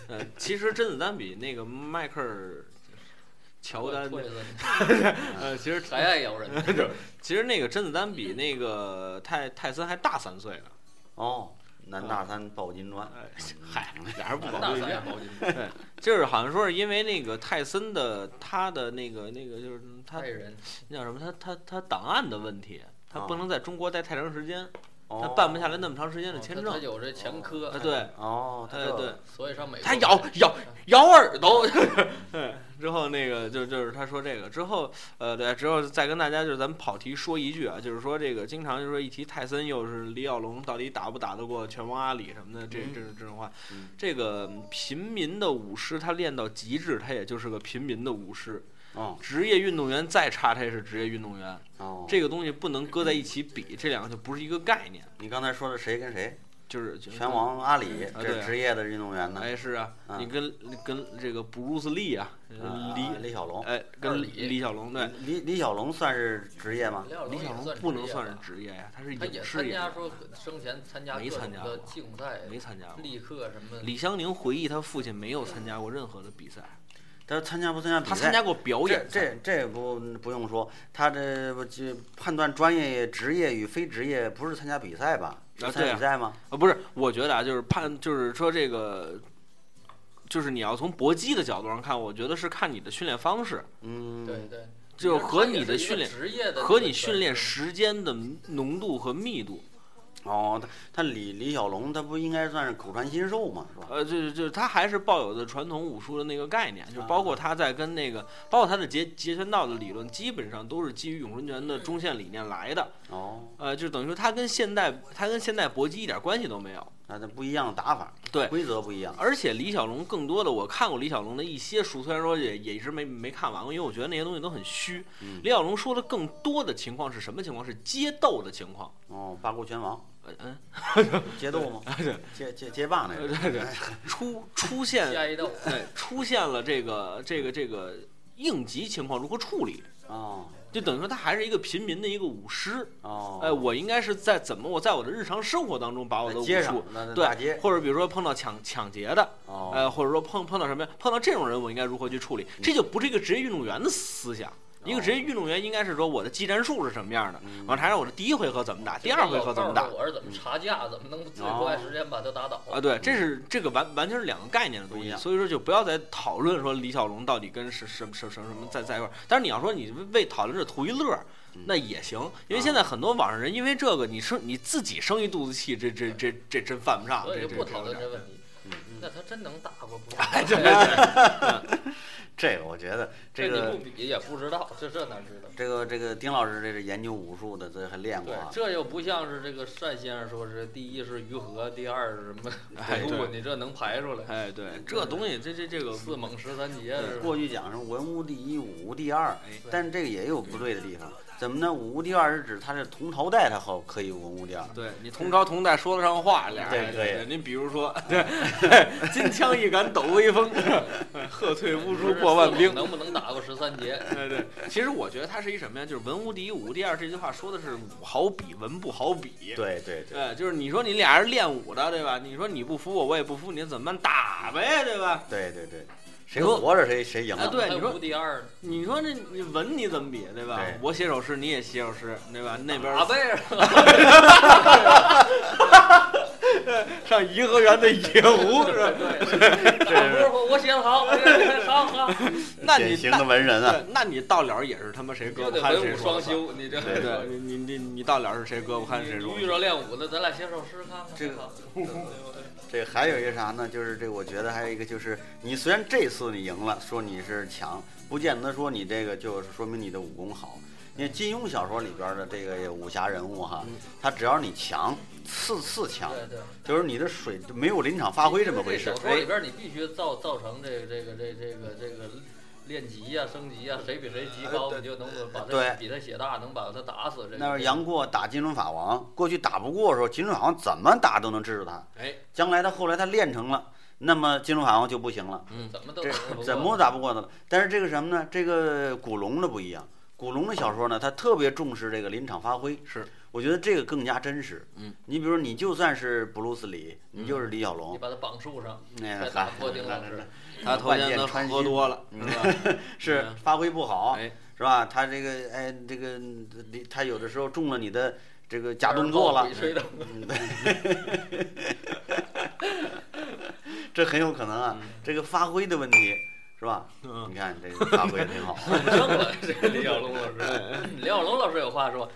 Speaker 1: 呃，其实甄子丹比那个迈克尔·乔 丹，
Speaker 2: 泰森
Speaker 1: 呃，其实
Speaker 2: 还爱咬 人，
Speaker 1: 其实那个甄子丹比那个泰泰森还大三岁呢。
Speaker 3: 哦，南大三抱金砖，
Speaker 1: 哎，嗨，俩人不搞
Speaker 2: 大
Speaker 1: 对
Speaker 2: 三
Speaker 1: 象
Speaker 2: 眼。毛巾，
Speaker 1: 就是好像说是因为那个泰森的他的那个那个就是他
Speaker 2: 爱人，
Speaker 1: 那叫什么他他他档案的问题，他
Speaker 3: 啊
Speaker 1: 不能在中国待太长时间，
Speaker 3: 哦
Speaker 1: 他办不下来那么长时间的签
Speaker 2: 哦他
Speaker 1: 证。
Speaker 2: 有这前科
Speaker 1: 啊，，对，
Speaker 3: 哦，他
Speaker 1: 哎
Speaker 3: 这
Speaker 1: 对，
Speaker 2: 所以上美国
Speaker 1: 他咬咬咬耳朵。对，之后那个就就是他说这个之后，呃，对，之后再跟大家就是咱们跑题说一句啊，就是说这个经常就说一提泰森，又是李小龙到底打不打得过拳王阿里什么的，这这这种话
Speaker 3: 嗯，
Speaker 1: 这个平民的武师他练到极致，他也就是个平民的武师。
Speaker 3: 哦
Speaker 1: 职业运动员再差，他也是职业运动员。
Speaker 3: 哦，
Speaker 1: 这个东西不能搁在一起比，这两个就不是一个概念。
Speaker 3: 你刚才说的谁跟谁？
Speaker 1: 就是
Speaker 3: 拳，王阿里，
Speaker 1: 啊
Speaker 3: 这
Speaker 1: 对
Speaker 3: 是
Speaker 1: 啊
Speaker 3: 职业的运动员呢？
Speaker 1: 哎，是啊，
Speaker 3: 嗯
Speaker 1: 你跟跟这个布鲁斯利啊，
Speaker 3: 啊
Speaker 1: 李
Speaker 3: 李小龙，
Speaker 1: 哎，跟
Speaker 2: 二
Speaker 1: 李
Speaker 2: 李
Speaker 1: 李小龙对，
Speaker 3: 李李小龙算是职业吗？
Speaker 2: 廖
Speaker 1: 李小
Speaker 2: 也
Speaker 1: 龙
Speaker 2: 算
Speaker 1: 不能
Speaker 2: 职业
Speaker 1: 算是
Speaker 2: 吧
Speaker 1: 职业呀，他是
Speaker 2: 他也
Speaker 1: 影视
Speaker 2: 参
Speaker 1: 业
Speaker 2: 加，说生前参加
Speaker 1: 没
Speaker 2: 各
Speaker 1: 参
Speaker 2: 种
Speaker 1: 加
Speaker 2: 的
Speaker 1: 过
Speaker 2: 竞赛、
Speaker 1: 没参加过。
Speaker 2: 立刻什么的。
Speaker 1: 李香凝回忆，他父亲没有参加过任何的比赛，
Speaker 3: 他参加不参加嗯比
Speaker 1: 他
Speaker 3: 赛？
Speaker 1: 参加过表
Speaker 3: 这
Speaker 1: 演赛。
Speaker 3: 这这不不用说，他这不这判断专业、职业与非职业，不是参加比赛吧？是
Speaker 1: 啊
Speaker 3: 参
Speaker 1: 对
Speaker 3: 加
Speaker 1: 啊
Speaker 3: 比赛吗？
Speaker 1: 呃，不是，我觉得啊，就是判，就是说这个，就是你要从搏击的角度上看，我觉得是看你的训练方式，
Speaker 3: 嗯，
Speaker 2: 对对，
Speaker 1: 就是
Speaker 2: 他
Speaker 1: 和
Speaker 2: 也
Speaker 1: 你
Speaker 2: 是
Speaker 1: 的
Speaker 2: 一个
Speaker 1: 训练
Speaker 2: 职业的
Speaker 1: 和
Speaker 2: 那
Speaker 1: 你
Speaker 2: 个
Speaker 1: 训练
Speaker 2: 本身
Speaker 1: 时间的浓度和密度。
Speaker 3: 哦，他他李李小龙，他不应该算是口传心授嘛，是吧？
Speaker 1: 呃，就是就是他还是抱有的传统武术的那个概念，就包括他在跟那个，包括他的截截拳道的理论，基本上都是基于咏春拳的中线理念来的。
Speaker 3: 哦，
Speaker 1: 呃，就等于说他跟现代他跟现代搏击一点关系都没有。
Speaker 3: 那他不一样的打法，
Speaker 1: 对
Speaker 3: 规则不一样。
Speaker 1: 而且李小龙更多的，我看过李小龙的一些书，虽然说也也一直没没看完过，因为我觉得那些东西都很虚。
Speaker 3: 嗯
Speaker 1: 李小龙说的更多的情况是什么情况？是街斗的情况。
Speaker 3: 哦，八股拳王，
Speaker 1: 呃嗯，
Speaker 3: 街斗吗？街街街霸那
Speaker 1: 呃
Speaker 3: 个。
Speaker 1: 对 对，出出现
Speaker 2: 下一道
Speaker 1: 对出现了这个这个这个应急情况如何处理？
Speaker 3: 哦
Speaker 1: 就等于说他还是一个平民的一个舞狮。
Speaker 3: 哦，
Speaker 1: 哎，我应该是在怎么我在我的日常生活当中把我的
Speaker 3: 在
Speaker 1: 武
Speaker 3: 街上
Speaker 1: 术，
Speaker 3: 那那大
Speaker 1: 对，
Speaker 3: 街，
Speaker 1: 或者比如说碰到抢抢劫的，
Speaker 3: 哦，
Speaker 1: 呃，或者说碰碰到什么呀碰到这种人，我应该如何去处理？
Speaker 2: 嗯
Speaker 1: 这就不是一个职业运动员的思
Speaker 2: 哦
Speaker 1: 想。一个职业运动员应该是说我的技战术是什么样的，
Speaker 3: 嗯
Speaker 1: 往台上我的第一回合怎么打，第二回合怎么打哦
Speaker 2: 我是怎么查架，怎么能最快时间把他打倒？
Speaker 1: 啊？对，这是这个完完全是两个概念的东
Speaker 3: 不一
Speaker 1: 西，啊
Speaker 3: 样
Speaker 1: 所以说就不要再讨论说李小龙到底跟什什么什么什么什么在在一块儿。但是你要说你为讨论这图一乐
Speaker 3: 嗯，
Speaker 1: 那也行，因为现
Speaker 2: 啊
Speaker 1: 在很多网上人因为这个你生你自己生一肚子气，这这这这真犯不上，
Speaker 2: 所以
Speaker 1: 这
Speaker 2: 就
Speaker 1: 这
Speaker 2: 不讨论
Speaker 1: 这
Speaker 2: 这问题。
Speaker 3: 嗯
Speaker 2: 那他真能打 过不？哎
Speaker 3: 这个我觉得这
Speaker 2: 你
Speaker 3: 个
Speaker 2: 不比也不知道，这这哪知道？
Speaker 3: 这个这个丁老师这是研究武术的，这还练过
Speaker 2: 对
Speaker 3: 啊，。
Speaker 2: 这又不像是这个单先生说是第一是于和，第二是什么
Speaker 1: 哎
Speaker 2: 鬼
Speaker 1: 对
Speaker 2: 谷，你这能排出来？
Speaker 1: 哎，对，这东西这这这个
Speaker 2: 四猛十三节是吧？
Speaker 3: 过去讲是文无第一，武无第二
Speaker 1: 哎，
Speaker 3: 但这个也有不对的地方。怎么呢？武无第二是指他是同朝代，他好可以文无第二。
Speaker 1: 对你同朝同代说得上话，俩
Speaker 3: 对
Speaker 1: 人
Speaker 3: 对
Speaker 1: 对。您比如说，对， 金枪一杆抖威风， 喝退乌
Speaker 2: 不
Speaker 1: 珠
Speaker 2: 是
Speaker 1: 过万
Speaker 2: 四
Speaker 1: 兵。
Speaker 2: 猛能不能打过十三节？
Speaker 1: 对对，其实我觉得它是一什么呀？就是文无第一，武无第二这句话说的是武好比，文不好比。
Speaker 3: 对对对，
Speaker 1: 对，就是你说你俩人练武的，对吧？你说你不服我，我也不服你，怎么办？打呗，对吧？
Speaker 3: 对对对，谁
Speaker 1: 你说
Speaker 3: 活着谁谁赢
Speaker 1: 啊
Speaker 3: 了。
Speaker 1: 对
Speaker 2: 还
Speaker 1: 你说
Speaker 2: 无敌二呢，
Speaker 1: 你说这你文你怎么比，对吧？
Speaker 3: 对
Speaker 1: 我写首诗，你也写首诗，对吧？那边
Speaker 2: 打呗是吧？
Speaker 1: 上颐和园的野狐是吧？
Speaker 2: 打不是我我写的好，我写得好好好，
Speaker 1: 那你
Speaker 3: 典型的文人啊，
Speaker 1: 对，那你到了也是他妈谁胳
Speaker 2: 就
Speaker 1: 膊
Speaker 2: 得
Speaker 1: 看
Speaker 2: 文
Speaker 1: 谁
Speaker 2: 武
Speaker 1: 说了
Speaker 2: 双
Speaker 1: 算。
Speaker 2: 修，你这
Speaker 3: 对
Speaker 1: 对，你你你到了是谁胳膊看谁
Speaker 2: 你
Speaker 1: 说
Speaker 2: 遇着练武的，咱俩写首诗看看。
Speaker 3: 这个
Speaker 2: 好
Speaker 3: 这还有一个啥呢？就是这，我觉得还有一个就是，你虽然这次你赢了，说你是强，不见得说你这个就是说明你的武功好。因为金庸小说里边的这个武侠人物哈，他只要你强，次次强，
Speaker 2: 嗯对对，
Speaker 3: 就是你的水就没有临场发挥这么回事哎
Speaker 2: 小。说里边你必须造造成这个这个这这个这个练级呀、升级呀，谁比谁级高，你就能把他
Speaker 3: 呃对
Speaker 2: 比他血大，能把他打死。这个
Speaker 3: 那是杨过打金轮法王，过去打不过的时候，金轮法王怎么打都能制住他。
Speaker 2: 哎，
Speaker 3: 将来他后来他练成了，那么金轮法王就不行了，
Speaker 2: 嗯怎么都
Speaker 3: 这
Speaker 2: 打不过
Speaker 3: 怎么都打不过他了。但是这个什么呢？这个古龙的不一样，古龙的小说呢，他特别重视这个临场发挥。
Speaker 1: 是，
Speaker 3: 我觉得这个更加真实。
Speaker 1: 嗯，
Speaker 3: 你比如你就算是布鲁斯李，你就是李小
Speaker 2: 你
Speaker 3: 龙，
Speaker 2: 把他绑树上，
Speaker 3: 那
Speaker 2: 再
Speaker 3: 个
Speaker 2: 打
Speaker 3: 哎嗨
Speaker 2: 破丁老师，
Speaker 1: 他头
Speaker 3: 万
Speaker 1: 天
Speaker 3: 箭
Speaker 1: 他
Speaker 3: 穿
Speaker 1: 喝
Speaker 3: 心
Speaker 1: 多了，嗯是 吧？
Speaker 3: 是发挥不好，
Speaker 1: 嗯哎，
Speaker 3: 是吧？他这个哎，这个你他有的时候中了你的这个假动作了
Speaker 2: 被。吹着
Speaker 3: 嗯，对，这很有可能啊，这个发挥的问题是吧？
Speaker 1: 嗯
Speaker 3: 你看这个发挥得 挺好，
Speaker 2: 不正了。这 个 李小龙老
Speaker 3: 嗯
Speaker 2: 师，嗯李小龙老师有话说，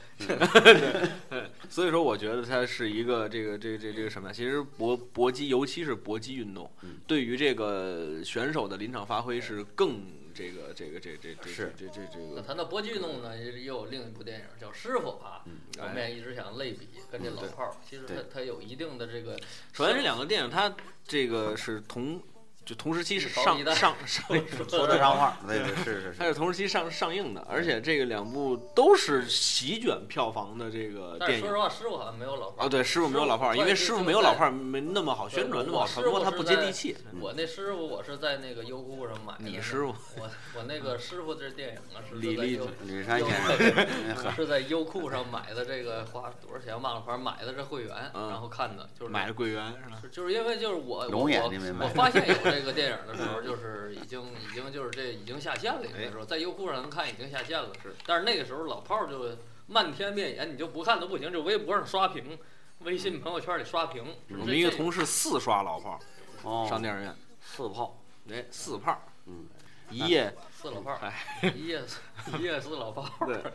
Speaker 1: 所以说我觉得它是一个这个这个这个、这个什么呀？其实搏搏击，尤其是搏击运动
Speaker 3: 嗯，
Speaker 1: 对于这个选手的临场发挥是更这个这个这这这
Speaker 3: 是
Speaker 1: 这这这
Speaker 2: 那
Speaker 1: 个
Speaker 2: 谈到搏击运动呢，也又有另一部电影叫《师傅》啊，我们
Speaker 1: 哎。
Speaker 2: 也一直想类比跟这老炮儿，其实他
Speaker 3: 嗯对
Speaker 2: 他有一定的这个，
Speaker 1: 首先，这两个电影它这个是同就同时期是
Speaker 2: 一朝
Speaker 1: 上
Speaker 2: 一代
Speaker 1: 上上 上，
Speaker 3: 说得上话，对对是是
Speaker 1: 它
Speaker 3: 是，
Speaker 1: 是同时期上上映的，而且这个两部都是席卷票房的这个
Speaker 2: 但
Speaker 1: 电
Speaker 2: 是
Speaker 1: 影
Speaker 2: 说实。话，师傅好像没有老炮
Speaker 1: 啊，
Speaker 2: 儿。
Speaker 1: 对，师傅没有老炮儿，
Speaker 2: 师傅
Speaker 1: 因为
Speaker 2: 对
Speaker 1: 师傅
Speaker 2: 就
Speaker 1: 没有
Speaker 2: 在
Speaker 1: 老炮儿没那么好宣传，
Speaker 2: 对
Speaker 1: 那么好
Speaker 2: 我
Speaker 1: 传
Speaker 2: 师
Speaker 1: 播，
Speaker 2: 傅
Speaker 1: 它
Speaker 2: 是
Speaker 1: 不接
Speaker 2: 在
Speaker 1: 地气。
Speaker 2: 我那师傅，我是在那个优酷上买的。
Speaker 1: 嗯你师傅？
Speaker 2: 我我那个师傅这电影啊，是
Speaker 1: 李
Speaker 2: 在
Speaker 1: 立
Speaker 2: 优
Speaker 1: 群
Speaker 3: 李山先生， 哎呵
Speaker 2: 我是在优酷上买的这个花多少钱忘了，反正买的这会员，
Speaker 1: 嗯
Speaker 2: 然后看的，就是
Speaker 1: 买了桂圆是吧？
Speaker 2: 是就是因为就是我
Speaker 3: 龙
Speaker 2: 我
Speaker 3: 眼
Speaker 2: 我
Speaker 3: 你没
Speaker 2: 我
Speaker 3: 买
Speaker 2: 发现有这个电影的时候，就是已经已经就是这已经下线了，应该说在优酷上能看已经下线了。
Speaker 1: 哎是，
Speaker 2: 但是那个时候老炮儿就漫天遍野，你就不看都不行，就微博上刷屏，微信朋友圈里刷屏。
Speaker 3: 嗯
Speaker 1: 我们嗯一个同事四刷老炮儿
Speaker 3: 哦，
Speaker 1: 上电影院，
Speaker 3: 四炮，
Speaker 1: 哎，四炮儿
Speaker 3: 嗯，
Speaker 1: 一夜
Speaker 2: 四老炮儿，一夜四一夜四老炮
Speaker 1: 哎对
Speaker 2: 儿。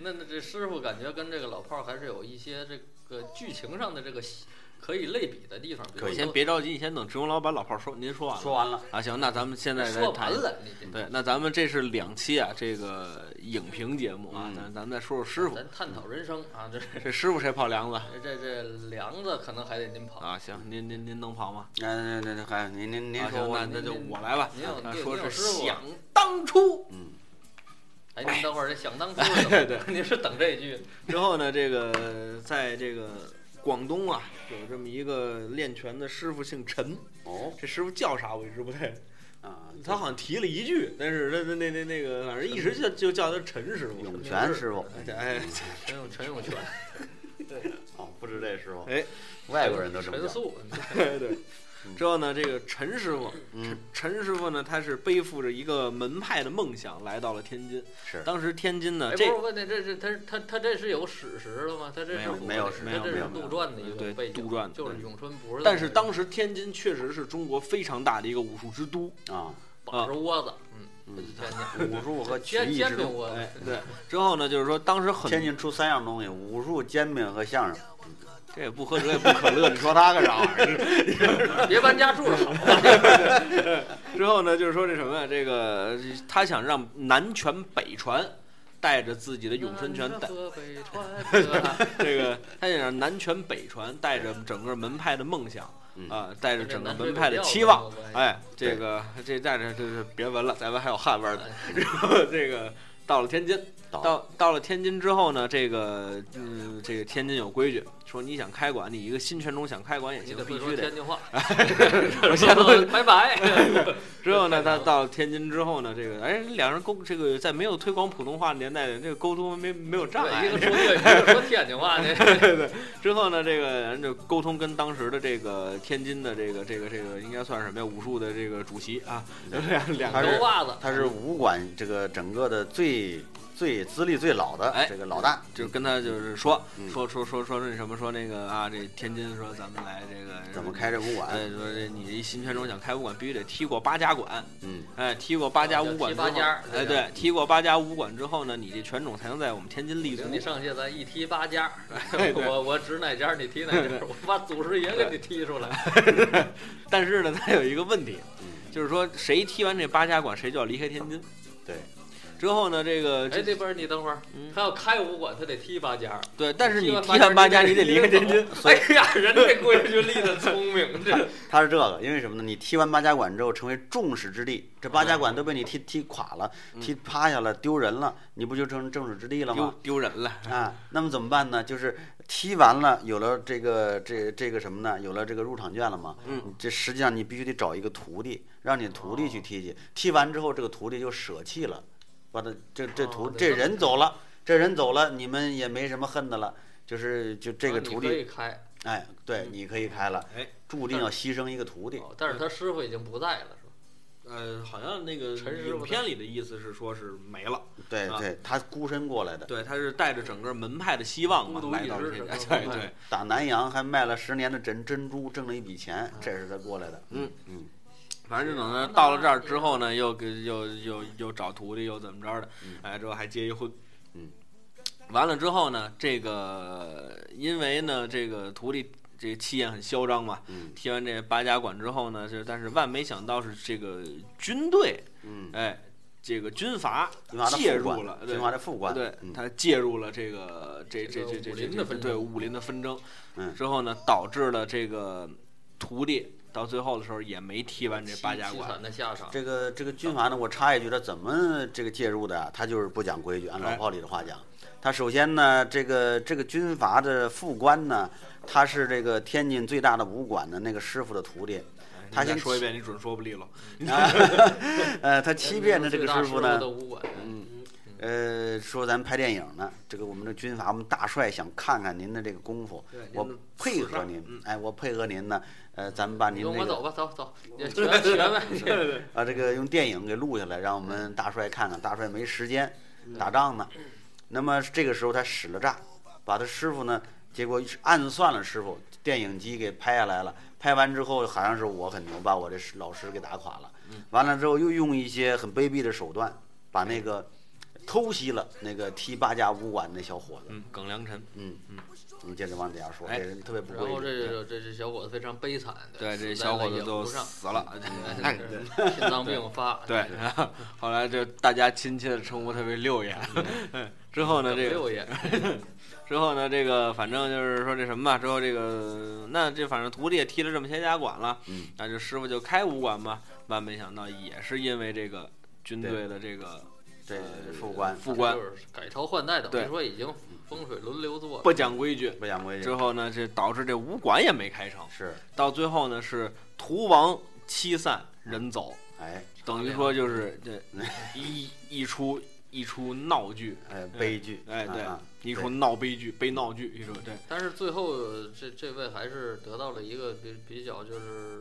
Speaker 2: 那那这师傅感觉跟这个老炮儿还是有一些这个剧情上的这个可以类比的地方。比如
Speaker 3: 可以
Speaker 1: 先
Speaker 2: 说
Speaker 1: 别着急，你先等志勇老板老炮儿说，您说完了
Speaker 3: 说完了，
Speaker 1: 啊？行，那咱们现在再
Speaker 2: 说
Speaker 1: 谈
Speaker 2: 完
Speaker 1: 一下。
Speaker 2: 了，你这
Speaker 1: 对，那咱们这是两期啊，这个影评节目啊，
Speaker 3: 嗯
Speaker 1: 咱咱们再说说师傅，
Speaker 2: 咱探讨人生啊，这
Speaker 1: 这师傅谁跑梁子
Speaker 2: 这这梁子可能还得您跑。
Speaker 1: 啊？行，您您您能跑吗？
Speaker 3: 那那那那还您您您
Speaker 1: 啊，
Speaker 3: 说
Speaker 1: 行，那
Speaker 3: 我，
Speaker 1: 那就
Speaker 2: 您
Speaker 1: 我来吧
Speaker 2: 您有。
Speaker 1: 啊，
Speaker 2: 对
Speaker 1: 说
Speaker 2: 您
Speaker 1: 是
Speaker 2: 有师傅啊
Speaker 1: 想当初，
Speaker 3: 嗯，
Speaker 2: 哎，您等会儿这想 当初是怎么， 您是等这句
Speaker 1: 之后呢，这个在这个广东啊，有这么一个练拳的师傅，姓陈。
Speaker 3: 哦，
Speaker 1: 这师傅叫啥我一直不太，
Speaker 3: 啊，
Speaker 1: 他好像提了一句，但是那那那那那个，反正一直就就叫他陈师傅。
Speaker 3: 涌泉师傅，嗯
Speaker 1: 哎，
Speaker 2: 陈永陈 永泉，
Speaker 3: 哦，不止这师傅，
Speaker 1: 哎，
Speaker 3: 外国人都这么
Speaker 2: 陈
Speaker 3: 叫，
Speaker 2: 素，
Speaker 1: 对。之后呢，这个陈师傅，陈
Speaker 3: 嗯
Speaker 1: 陈师傅呢，他是背负着一个门派的梦想来到了天津。
Speaker 3: 是，
Speaker 1: 当时天津呢，
Speaker 2: 哎，不
Speaker 1: 这
Speaker 2: 是我问你，这是他他他这是有史实的吗？他这
Speaker 1: 没
Speaker 2: 是
Speaker 1: 有
Speaker 2: 古
Speaker 3: 没有
Speaker 2: 代
Speaker 3: 史
Speaker 1: 没有
Speaker 2: 他这
Speaker 1: 没
Speaker 2: 是
Speaker 1: 有
Speaker 3: 没有
Speaker 2: 杜撰的一
Speaker 1: 对
Speaker 2: 个背景，
Speaker 1: 杜撰的
Speaker 2: 就是
Speaker 1: 对
Speaker 2: 咏春不是在那个。
Speaker 1: 但是当时天津确实是中国非常大的一个武术之都。
Speaker 3: 啊，
Speaker 2: 绑着窝子，嗯，不
Speaker 3: 嗯
Speaker 2: 许，天津，
Speaker 3: 武术和
Speaker 2: 煎
Speaker 3: 曲艺
Speaker 2: 煎
Speaker 3: 之
Speaker 2: 饼
Speaker 3: 中，
Speaker 2: 窝子
Speaker 1: 哎，对。之后呢，就是说当时很
Speaker 3: 天津出三样东西：武术、煎饼和相声。
Speaker 1: 这也不喝酒也不可乐， 你说他干啥玩意儿？
Speaker 2: 别搬家住了好吗，
Speaker 1: 之后呢，就是说这什么呀？这个他想让南拳北传，带着自己的 咏春 拳带
Speaker 2: 河北川， 对吧
Speaker 1: 这个，他想让南拳北传，带着整个门派的梦想
Speaker 3: 嗯
Speaker 1: 啊、带着
Speaker 2: 跟这
Speaker 1: 整个
Speaker 2: 南水
Speaker 1: 门
Speaker 2: 北
Speaker 1: 派的
Speaker 2: 调
Speaker 1: 期
Speaker 2: 有
Speaker 1: 望。
Speaker 2: 关系，
Speaker 1: 哎，这个这带着这这别闻了，咱们还有汉味儿呢。
Speaker 2: 哎
Speaker 1: 然后这个到了天津，
Speaker 3: 到
Speaker 1: 到到了天津之后呢，这个嗯，这个天津有规矩，说你想开馆，你一个新拳种想开馆也
Speaker 2: 你
Speaker 1: 行
Speaker 2: 得，
Speaker 1: 必
Speaker 2: 会
Speaker 1: 须
Speaker 2: 说
Speaker 1: 得啊
Speaker 2: 天。津话，
Speaker 1: 我先问
Speaker 2: 拜
Speaker 1: 哎
Speaker 2: 拜。
Speaker 1: 之后呢，他到了天津之后呢，这个哎，两人沟这个在没有推广普通话的年代，这个沟通没没有障
Speaker 2: 对一
Speaker 1: 碍
Speaker 2: 个。说 粤语，一个说天津话，这
Speaker 1: 之后呢，这个人就沟通跟当时的这个天津的这个这个这个应该算什么呀？武术的这个主席啊，就这样两
Speaker 3: 他
Speaker 1: 个
Speaker 3: 是
Speaker 2: 油 袜子，
Speaker 3: 他是武馆这个整个的最最资历最老的
Speaker 1: 哎
Speaker 3: 这个老大，
Speaker 1: 就跟他就是说
Speaker 3: 嗯
Speaker 1: 说说说说那什么说那个啊，这天津说咱们来这个
Speaker 3: 怎么开？这武
Speaker 1: 哎，
Speaker 3: 馆？
Speaker 1: 说这你一新拳中想开武馆，必须得踢过八家馆。
Speaker 3: 嗯，
Speaker 1: 哎，踢过八家武馆之后
Speaker 2: 踢八家，
Speaker 1: 哎，
Speaker 2: 对
Speaker 1: 对，踢过八家武馆之后呢，你这拳种才能在我们天津立足。
Speaker 2: 你上去咱一踢八家，
Speaker 1: 哎对对
Speaker 2: 我我指哪家你踢哪家， 我把祖师爷给你踢出来。
Speaker 1: 但是呢，它有一个问题
Speaker 3: 嗯，
Speaker 1: 就是说谁踢完这八家馆，谁就要离开天津。
Speaker 3: 对。
Speaker 1: 之后呢，这个
Speaker 2: 哎，
Speaker 1: 这
Speaker 2: 这不是你等会儿
Speaker 1: 嗯，
Speaker 2: 他要开武馆，他得踢八家。
Speaker 1: 对，但是你
Speaker 2: 完
Speaker 1: 踢完八家，
Speaker 2: 你
Speaker 1: 你得离开天津。
Speaker 2: 哎呀，人这规矩立的聪明，这
Speaker 3: 他是这个，因为什么呢？你踢完八家馆之后，成为众矢之的，这
Speaker 2: 嗯
Speaker 3: 八家馆都被你踢踢垮了，踢趴下了，丢人了，你不就成众矢之的了
Speaker 1: 丢
Speaker 3: 吗？
Speaker 1: 丢人了，
Speaker 3: 啊，那么怎么办呢？就是踢完了，有了这个这这个什么呢？有了这个入场券了吗？
Speaker 1: 嗯，
Speaker 3: 这实际上你必须得找一个徒弟，让你徒弟去
Speaker 2: 哦
Speaker 3: 踢去。踢完之后，这个徒弟就舍弃了，把他这这徒
Speaker 2: 哦
Speaker 3: 这人走了，这人走了，你们也没什么恨的了，就是就这个
Speaker 2: 哦你
Speaker 3: 徒
Speaker 2: 可
Speaker 3: 弟，
Speaker 2: 以嗯开，
Speaker 3: 哎，对，你可以开了
Speaker 1: 哎，
Speaker 3: 注定要牺牲一个徒弟。
Speaker 2: 哦但是他师傅已经不在了，
Speaker 1: 呃，好像那个
Speaker 2: 陈师傅
Speaker 1: 影片里的意思是说是没了，
Speaker 3: 对
Speaker 1: 啊
Speaker 3: 对，他孤身过来的，
Speaker 1: 对，他是带着整个门派的希望嘛
Speaker 2: 孤独
Speaker 1: 来
Speaker 2: 一
Speaker 1: 到了
Speaker 2: 支
Speaker 1: 天津，
Speaker 2: 是吧
Speaker 1: 对对，
Speaker 3: 打南洋还卖了十年的珍珍珠，挣了一笔钱，这是他过来的。
Speaker 1: 啊嗯
Speaker 3: 嗯，
Speaker 1: 反正就等他到了这儿之后呢，又给又又又找徒弟，又怎么着的
Speaker 3: 嗯，
Speaker 1: 哎，之后还结一婚，
Speaker 3: 嗯，
Speaker 1: 完了之后呢，这个因为呢，这个徒弟这气焰很嚣张嘛，
Speaker 3: 嗯
Speaker 1: 踢完这八家馆之后呢，就但是万没想到是这个军队，
Speaker 3: 嗯，
Speaker 1: 哎，这个军阀
Speaker 3: 金华的
Speaker 1: 介
Speaker 3: 副
Speaker 1: 入了对
Speaker 3: 官，，金。华的副官，
Speaker 1: 对
Speaker 3: 嗯，
Speaker 1: 他介入了这个这这
Speaker 2: 这
Speaker 1: 这这这
Speaker 2: 个武林的
Speaker 1: 这
Speaker 2: 纷
Speaker 1: 对
Speaker 2: 争
Speaker 1: 武林的纷争，
Speaker 3: 嗯
Speaker 1: 之后呢，导致了这个徒弟到最后的时候也没踢完这八家
Speaker 2: 凄
Speaker 1: 馆
Speaker 2: 惨。的下场，
Speaker 3: 这个这个
Speaker 1: 啊
Speaker 3: 军阀呢，我插一句，他怎么这个介入的啊？他就是不讲规矩，按
Speaker 1: 哎
Speaker 3: 老炮里的话讲，他首先呢，这个这个军阀的副官呢，他是这个天津最大的武馆的那个师傅的 徒弟，
Speaker 1: 哎你
Speaker 3: 他
Speaker 1: 再
Speaker 3: 先
Speaker 1: 说一遍，你准说不利落。
Speaker 3: 呃，他欺骗的这个
Speaker 2: 最大
Speaker 3: 师
Speaker 2: 师
Speaker 3: 傅呢
Speaker 2: 的，武馆，嗯，
Speaker 3: 呃，说咱拍电影呢，这个我们这军阀，我们大帅想看看您的这个功夫
Speaker 1: 对，
Speaker 3: 我
Speaker 1: 您的
Speaker 3: 配
Speaker 1: 此
Speaker 3: 合
Speaker 1: 上
Speaker 3: 您
Speaker 1: 嗯，
Speaker 3: 哎，我配合您呢，呃，咱们把
Speaker 2: 你
Speaker 3: 您
Speaker 2: 跟
Speaker 3: 这
Speaker 2: 我
Speaker 3: 个
Speaker 2: 走吧，走 走，也学学呗，
Speaker 3: 啊，这个用电影给录下来，让我们大帅看看。大帅没时间
Speaker 1: 嗯
Speaker 3: 打仗呢，那么这个时候他使了诈，把他师傅呢，结果暗算了师傅，电影机给拍下来了。拍完之后好像是我很牛，把我这师老师给打垮了。
Speaker 1: 嗯
Speaker 3: 完了之后又用一些很卑鄙的手段，把那个偷袭了那个踢八家武馆那小伙子。
Speaker 1: 嗯，耿良辰，
Speaker 3: 嗯
Speaker 1: 嗯，
Speaker 3: 我们接着往底下说，这
Speaker 1: 哎
Speaker 3: 人特别不
Speaker 2: 然后
Speaker 3: 规
Speaker 2: 这
Speaker 1: 呃
Speaker 3: 矩。
Speaker 2: 这这这小伙子非常悲惨，
Speaker 1: 对，这
Speaker 2: 死在
Speaker 1: 小伙
Speaker 2: 了
Speaker 1: 子
Speaker 2: 野
Speaker 1: 都
Speaker 2: 狐上
Speaker 1: 死了。
Speaker 2: 哎心脏病发，
Speaker 1: 对，然后后来就大家亲切的称呼他为六爷。 之后呢，这个
Speaker 2: 六爷，
Speaker 1: 之后呢，这个反正就是说这什么吧，之后这个那这反正徒弟也踢了这么些家馆了，
Speaker 3: 嗯，
Speaker 1: 那就师傅就开武馆吧。万没想到也是因为这个军队的这个
Speaker 3: 这
Speaker 1: 呃
Speaker 3: 副官
Speaker 1: 副官
Speaker 2: 就是改朝换代，等
Speaker 1: 对
Speaker 2: 于说已经风水轮流做了，
Speaker 1: 不讲规矩，
Speaker 3: 不讲规矩
Speaker 1: 之，后呢，这导致这武馆也没开成，
Speaker 3: 是
Speaker 1: 到最后呢是徒亡妻散人走，
Speaker 3: 哎
Speaker 1: 等于说就是这一一出一出闹剧，
Speaker 3: 哎悲剧，
Speaker 1: 哎对
Speaker 3: 啊，
Speaker 1: 一出闹悲剧悲闹剧，一出对
Speaker 2: 但是最后呃这这位还是得到了一个比比较就是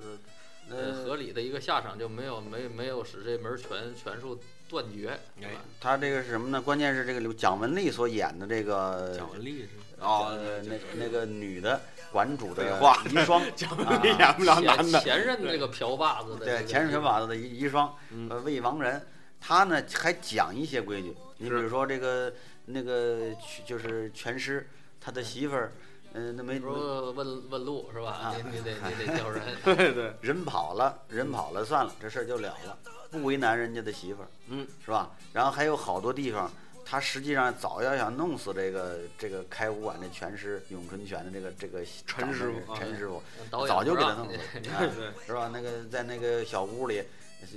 Speaker 2: 呃
Speaker 3: 呃
Speaker 2: 合理的一个下场，就没有没没有使这门拳拳术断绝，对吧？
Speaker 3: 他这个是什么呢？关键是这个刘蒋雯丽所演的这个
Speaker 1: 蒋雯丽是
Speaker 3: 哦，
Speaker 1: 对
Speaker 3: 那那个女的馆主的
Speaker 1: 废话
Speaker 3: 遗孀，
Speaker 1: 蒋
Speaker 3: 啊
Speaker 1: 雯丽演不了男
Speaker 2: 前
Speaker 1: 的，
Speaker 2: 前任那个瓢把子的这
Speaker 3: 对，
Speaker 2: 个
Speaker 3: 前任
Speaker 2: 地
Speaker 3: 法子的遗遗孀
Speaker 1: 嗯，
Speaker 3: 呃，未亡人，她呢还讲一些规矩，你比
Speaker 1: 是
Speaker 3: 如说这个那个就是拳师，他的媳妇儿，嗯，那没
Speaker 2: 方，比如说问问路是吧
Speaker 3: 啊？
Speaker 2: 你你得你得 叫人，
Speaker 1: 对对，
Speaker 3: 人跑了，人跑了，算了，这事儿就了了，不为难人家的媳妇儿，
Speaker 1: 嗯，
Speaker 3: 是吧？然后还有好多地方，他实际上早要想弄死这个这个开武馆的拳师咏春拳的这个这个
Speaker 1: 陈
Speaker 3: 掌门
Speaker 1: 师傅
Speaker 3: 人
Speaker 1: 啊
Speaker 3: 陈师傅，
Speaker 2: 嗯导演
Speaker 3: 早就
Speaker 2: 不
Speaker 3: 给他
Speaker 2: 让
Speaker 3: 弄死
Speaker 2: 你
Speaker 3: 了，啊
Speaker 1: 对对
Speaker 3: 是吧？那个在那个小屋里，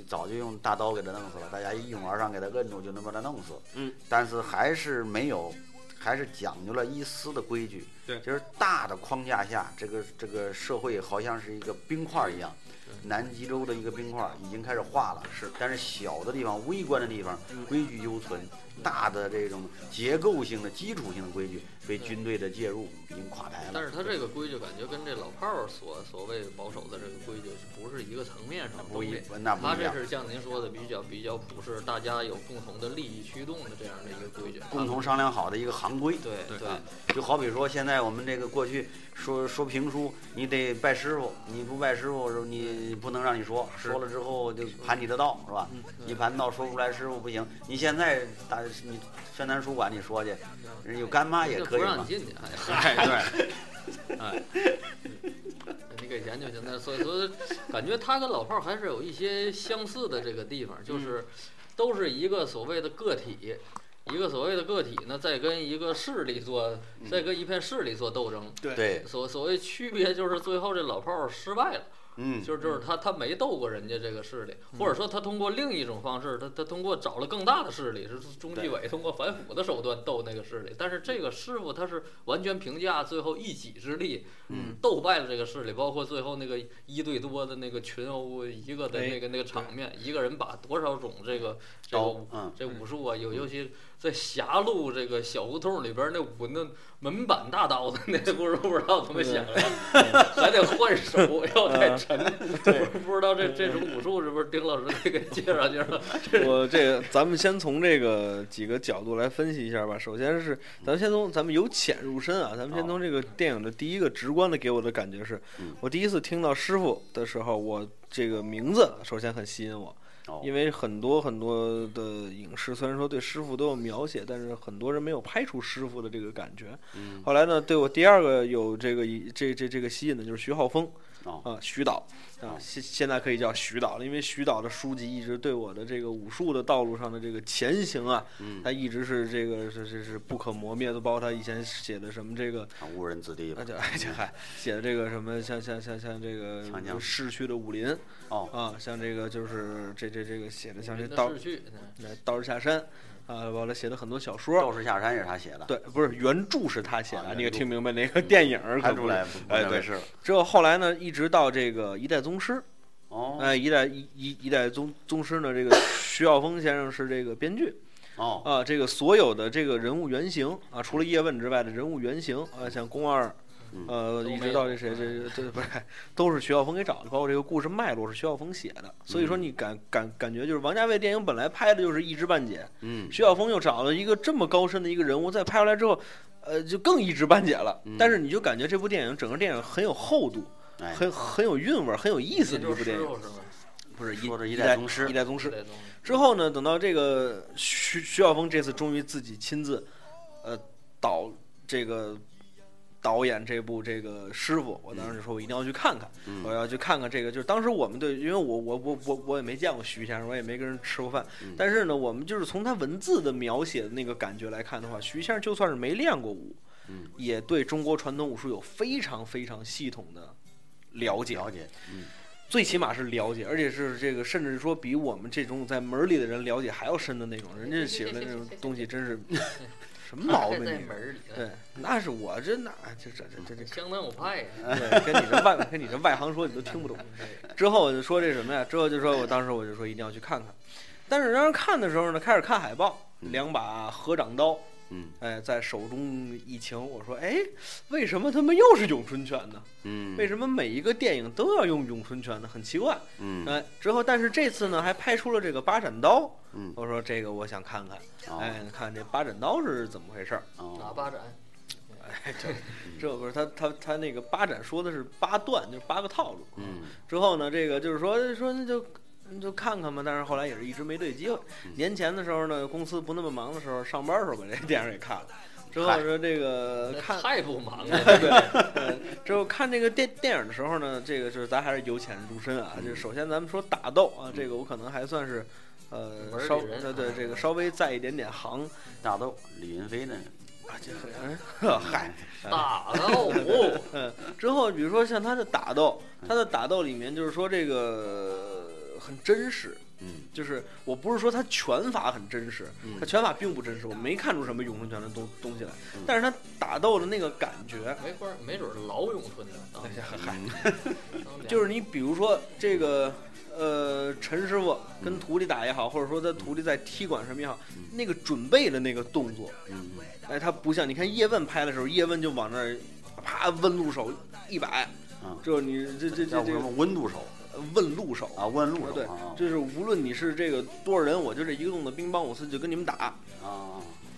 Speaker 3: 早就用大刀给他弄死了，大家一拥而上给他摁住，就能把他弄死。
Speaker 1: 嗯，
Speaker 3: 但是还是没有，还是讲究了一丝的规矩。
Speaker 1: 对
Speaker 3: 就是大的框架下，这个这个社会好像是一个冰块一样，南极洲的一个冰块已经开始化了，是，但是小的地方、微观的地方
Speaker 2: 嗯
Speaker 3: 规矩犹存，大的这种结构性的、基础性的规矩被军队的介入已经垮台了。
Speaker 2: 但是他这个规矩感觉跟这老炮儿所所谓保守的这个规矩是不是一个层面上的
Speaker 3: 不
Speaker 2: 东
Speaker 3: 一
Speaker 2: 西？，
Speaker 3: 那不
Speaker 2: 他
Speaker 3: 一
Speaker 2: 这
Speaker 3: 样。
Speaker 2: 是像您说的比较比较不是大家有共同的利益驱动的这样的一个规矩，啊
Speaker 3: 共同商量好的一个行规，
Speaker 2: 对
Speaker 1: 对
Speaker 2: 对
Speaker 3: 啊就好比说现在我们这个过去说说评书，你得拜师傅，你不拜师傅，你不能让你说，说了之后就盘你的道，是吧？
Speaker 1: 嗯
Speaker 3: 你盘道说不出来，师傅不行。你现在打你宣南书馆你说去，人有干妈也
Speaker 2: 这
Speaker 3: 可
Speaker 2: 不
Speaker 3: 以
Speaker 2: 让你
Speaker 3: 嘛？
Speaker 2: 进去， 哎呀
Speaker 1: 哎对，
Speaker 2: 你给研究现在，所以说感觉他跟老炮儿还是有一些相似的这个地方，就是都是一个所谓的个体，一个所谓的个体呢，在跟一个势力做，在跟一片势力做斗争。
Speaker 3: 对，
Speaker 2: 所所谓区别就是最后这老炮儿失败了，
Speaker 3: 嗯，
Speaker 2: 就是就是他他没斗过人家这个势力，或者说他通过另一种方式，他他通过找了更大的势力，是中纪委通过反腐的手段斗那个势力。但是这个师傅他是完全凭借最后一己之力，
Speaker 3: 嗯，
Speaker 2: 斗败了这个势力，包括最后那个一对多的那个群殴，一个的
Speaker 1: 哎
Speaker 2: 那个那个场面，一个人把多少种这个这个
Speaker 3: 刀
Speaker 2: 武
Speaker 3: 嗯
Speaker 2: 这武术啊，有尤其在狭路这个小胡同里边那武那门板大刀的 那个，不知道不知道怎么想的，还得换手，要
Speaker 1: 嗯
Speaker 2: 太沉，不知道这这种武术是不是丁老师得给介绍介绍？
Speaker 1: 我这个咱们先从这个几个角度来分析一下吧。首先是咱们先从咱们由浅入深啊，咱们先从这个电影的第一个直观的给我的感觉是
Speaker 3: 嗯，
Speaker 1: 我第一次听到师傅的时候，我这个名字首先很吸引我。
Speaker 3: 哦
Speaker 1: 因为很多很多的呃影视虽然说对师傅都有描写，但是很多人没有拍出师傅的这个感觉。
Speaker 3: 嗯
Speaker 1: 后来呢，对我第二个有这个一这这这个吸引的就是徐浩峰，
Speaker 3: 哦
Speaker 1: 啊，徐导啊
Speaker 3: 哦，
Speaker 1: 现现在可以叫徐导了，因为徐导的书籍一直对我的这个武术的道路上的这个前行啊，
Speaker 3: 嗯，
Speaker 1: 他一直是这个是是是不可磨灭的，包括他以前写的什么这个。
Speaker 3: 啊误人子弟吧
Speaker 1: 那。就 哎这还写的这个什么，像像像像这
Speaker 3: 长江
Speaker 1: 个逝去的武林
Speaker 3: 哦，
Speaker 1: 啊，像这个就是这这这个写的 像这
Speaker 2: 人的
Speaker 1: 道
Speaker 2: 逝去，
Speaker 1: 那道士下山啊，完了写的很多小说，
Speaker 3: 道士下山也是他写的，
Speaker 1: 对，不是原著是他写的，
Speaker 3: 啊原
Speaker 1: 你也
Speaker 3: 著
Speaker 1: 听明白那个电影儿可
Speaker 3: 看
Speaker 1: 不
Speaker 3: 出
Speaker 1: 是
Speaker 3: 来不
Speaker 1: 哎
Speaker 3: 不
Speaker 1: 对
Speaker 3: 回事了。
Speaker 1: 之后后来呢，一直到这个一代宗师，
Speaker 3: 哦
Speaker 1: 哎，一代一一一代宗宗师呢，这个徐晓峰先生是这个编剧
Speaker 3: 哦，
Speaker 1: 啊，这个所有的这个人物原型啊，除了叶问之外的人物原型啊，像宫二
Speaker 3: 嗯。
Speaker 1: 呃，
Speaker 2: 都
Speaker 1: 一
Speaker 2: 没
Speaker 1: 直到这
Speaker 2: 有
Speaker 1: 谁，这这不是，都是徐晓峰给找的，包括这个故事脉络是徐晓峰写的，所以说
Speaker 3: 嗯
Speaker 1: 你感感感觉就是王家卫电影本来拍的就是一知半解，
Speaker 3: 嗯，
Speaker 1: 徐晓峰又找了一个这么高深的一个人物，再拍出来之后，呃，就更一知半解了。
Speaker 3: 嗯
Speaker 1: 但是你就感觉这部电影整个电影很有厚度，
Speaker 3: 哎，
Speaker 1: 很很有韵味儿，很有意思的
Speaker 2: 这
Speaker 1: 一
Speaker 2: 就
Speaker 1: 部
Speaker 2: 是
Speaker 1: 电
Speaker 2: 师
Speaker 1: 影。
Speaker 2: 傅是吧？
Speaker 1: 不是
Speaker 3: 说着
Speaker 1: 一
Speaker 3: 一代宗师
Speaker 1: 一代宗
Speaker 2: 这
Speaker 1: 师
Speaker 2: 东西
Speaker 1: 之后呢，等到这个徐徐晓峰这次终于自己亲自，呃，导这个导演这部这个师傅，我当时就说我一定要去看看，
Speaker 3: 嗯
Speaker 1: 我要去看看这个。就是当时我们对，因为我我我我我也没见过徐先生，我也没跟人吃过饭，
Speaker 3: 嗯
Speaker 1: 但是呢，我们就是从他文字的描写的那个感觉来看的话，徐先生就算是没练过武，
Speaker 3: 嗯
Speaker 1: 也对中国传统武术有非常非常系统的了解。
Speaker 3: 了解，嗯，
Speaker 1: 最起码是了解，而且是这个，甚至说比我们这种在门儿里的人了解还要深的那种。人家写的那种东西， 真是什么毛病
Speaker 2: 在
Speaker 1: 你
Speaker 2: 门？儿里，
Speaker 1: 对，那是我这那这这这这这，
Speaker 2: 相当有派呀。
Speaker 1: 对，跟你这外跟你这外行说你都听不懂。之后我就说这什么呀？之后就说我当时我就说一定要去看看，但是当时看的时候呢，开始看海报，
Speaker 3: 嗯
Speaker 1: 两把合掌刀，
Speaker 3: 嗯
Speaker 1: 哎，在手中一擎。我说，哎，为什么他们又是咏春拳呢？
Speaker 3: 嗯，
Speaker 1: 为什么每一个电影都要用咏春拳呢？很奇怪。
Speaker 3: 嗯
Speaker 1: 哎，之后但是这次呢，还拍出了这个八斩刀。
Speaker 3: 嗯，
Speaker 1: 我说这个我想看看，
Speaker 3: 哦
Speaker 1: 哎，看这八斩刀是怎么回事儿。
Speaker 2: 打
Speaker 3: 哦，
Speaker 2: 巴掌，
Speaker 3: 嗯
Speaker 1: 之后不是他他他那个八斩说的是八段，就是八个套路。
Speaker 3: 嗯
Speaker 1: 之后呢，这个就是说说那就。那就看看吧，但是后来也是一直没对机会。
Speaker 3: 嗯
Speaker 1: 年前的时候呢，公司不那么忙的时候，上班的时候把这电影给看了。之后
Speaker 3: 嗨
Speaker 1: 说这个
Speaker 2: 那
Speaker 1: 呃看
Speaker 2: 太不 忙了。
Speaker 1: 之后看这个电电影的时候呢，这个就是咱还是由浅入深啊。
Speaker 3: 嗯
Speaker 1: 就首先咱们说打斗啊，这个我可能还算是，呃，
Speaker 2: 门儿
Speaker 1: 稍
Speaker 2: 里人
Speaker 1: 对
Speaker 2: 啊
Speaker 1: 对这个稍微在一点点行
Speaker 3: 大豆李云飞那个，
Speaker 1: 啊，这很嗨。
Speaker 2: 打到我，
Speaker 1: 之后比如说像他的打斗，他
Speaker 3: 嗯
Speaker 1: 的打斗里面就是说这个呃很真实，
Speaker 3: 嗯
Speaker 1: 就是我不是说他拳法很真实，
Speaker 3: 嗯
Speaker 1: 他拳法并不真实，我没看出什么咏春拳的东东西来
Speaker 3: 嗯，
Speaker 1: 但是他打斗的那个感觉，
Speaker 2: 没法儿，没准儿老咏春呢。当
Speaker 1: 哎
Speaker 2: 年
Speaker 1: 呀嗨。
Speaker 3: 嗯
Speaker 2: 当年
Speaker 1: 就是你比如说这个，呃，陈师傅跟
Speaker 3: 嗯
Speaker 1: 徒弟打也好，或者说他徒弟在踢馆什么也好
Speaker 3: 嗯，
Speaker 1: 那个准备的那个动作，
Speaker 3: 嗯
Speaker 1: 哎，他不像你看叶问拍的时候，叶问就往那儿啪温路手一摆，
Speaker 3: 嗯，
Speaker 1: 这你这这这
Speaker 3: 叫
Speaker 1: 这
Speaker 3: 什
Speaker 1: 个
Speaker 3: 么温度手
Speaker 1: 问路手
Speaker 3: 啊，问路
Speaker 1: 对
Speaker 3: 手啊
Speaker 1: 就是无论你是这个多少人，我就这一个动作，乒乓五四就跟你们打，
Speaker 3: 啊啊，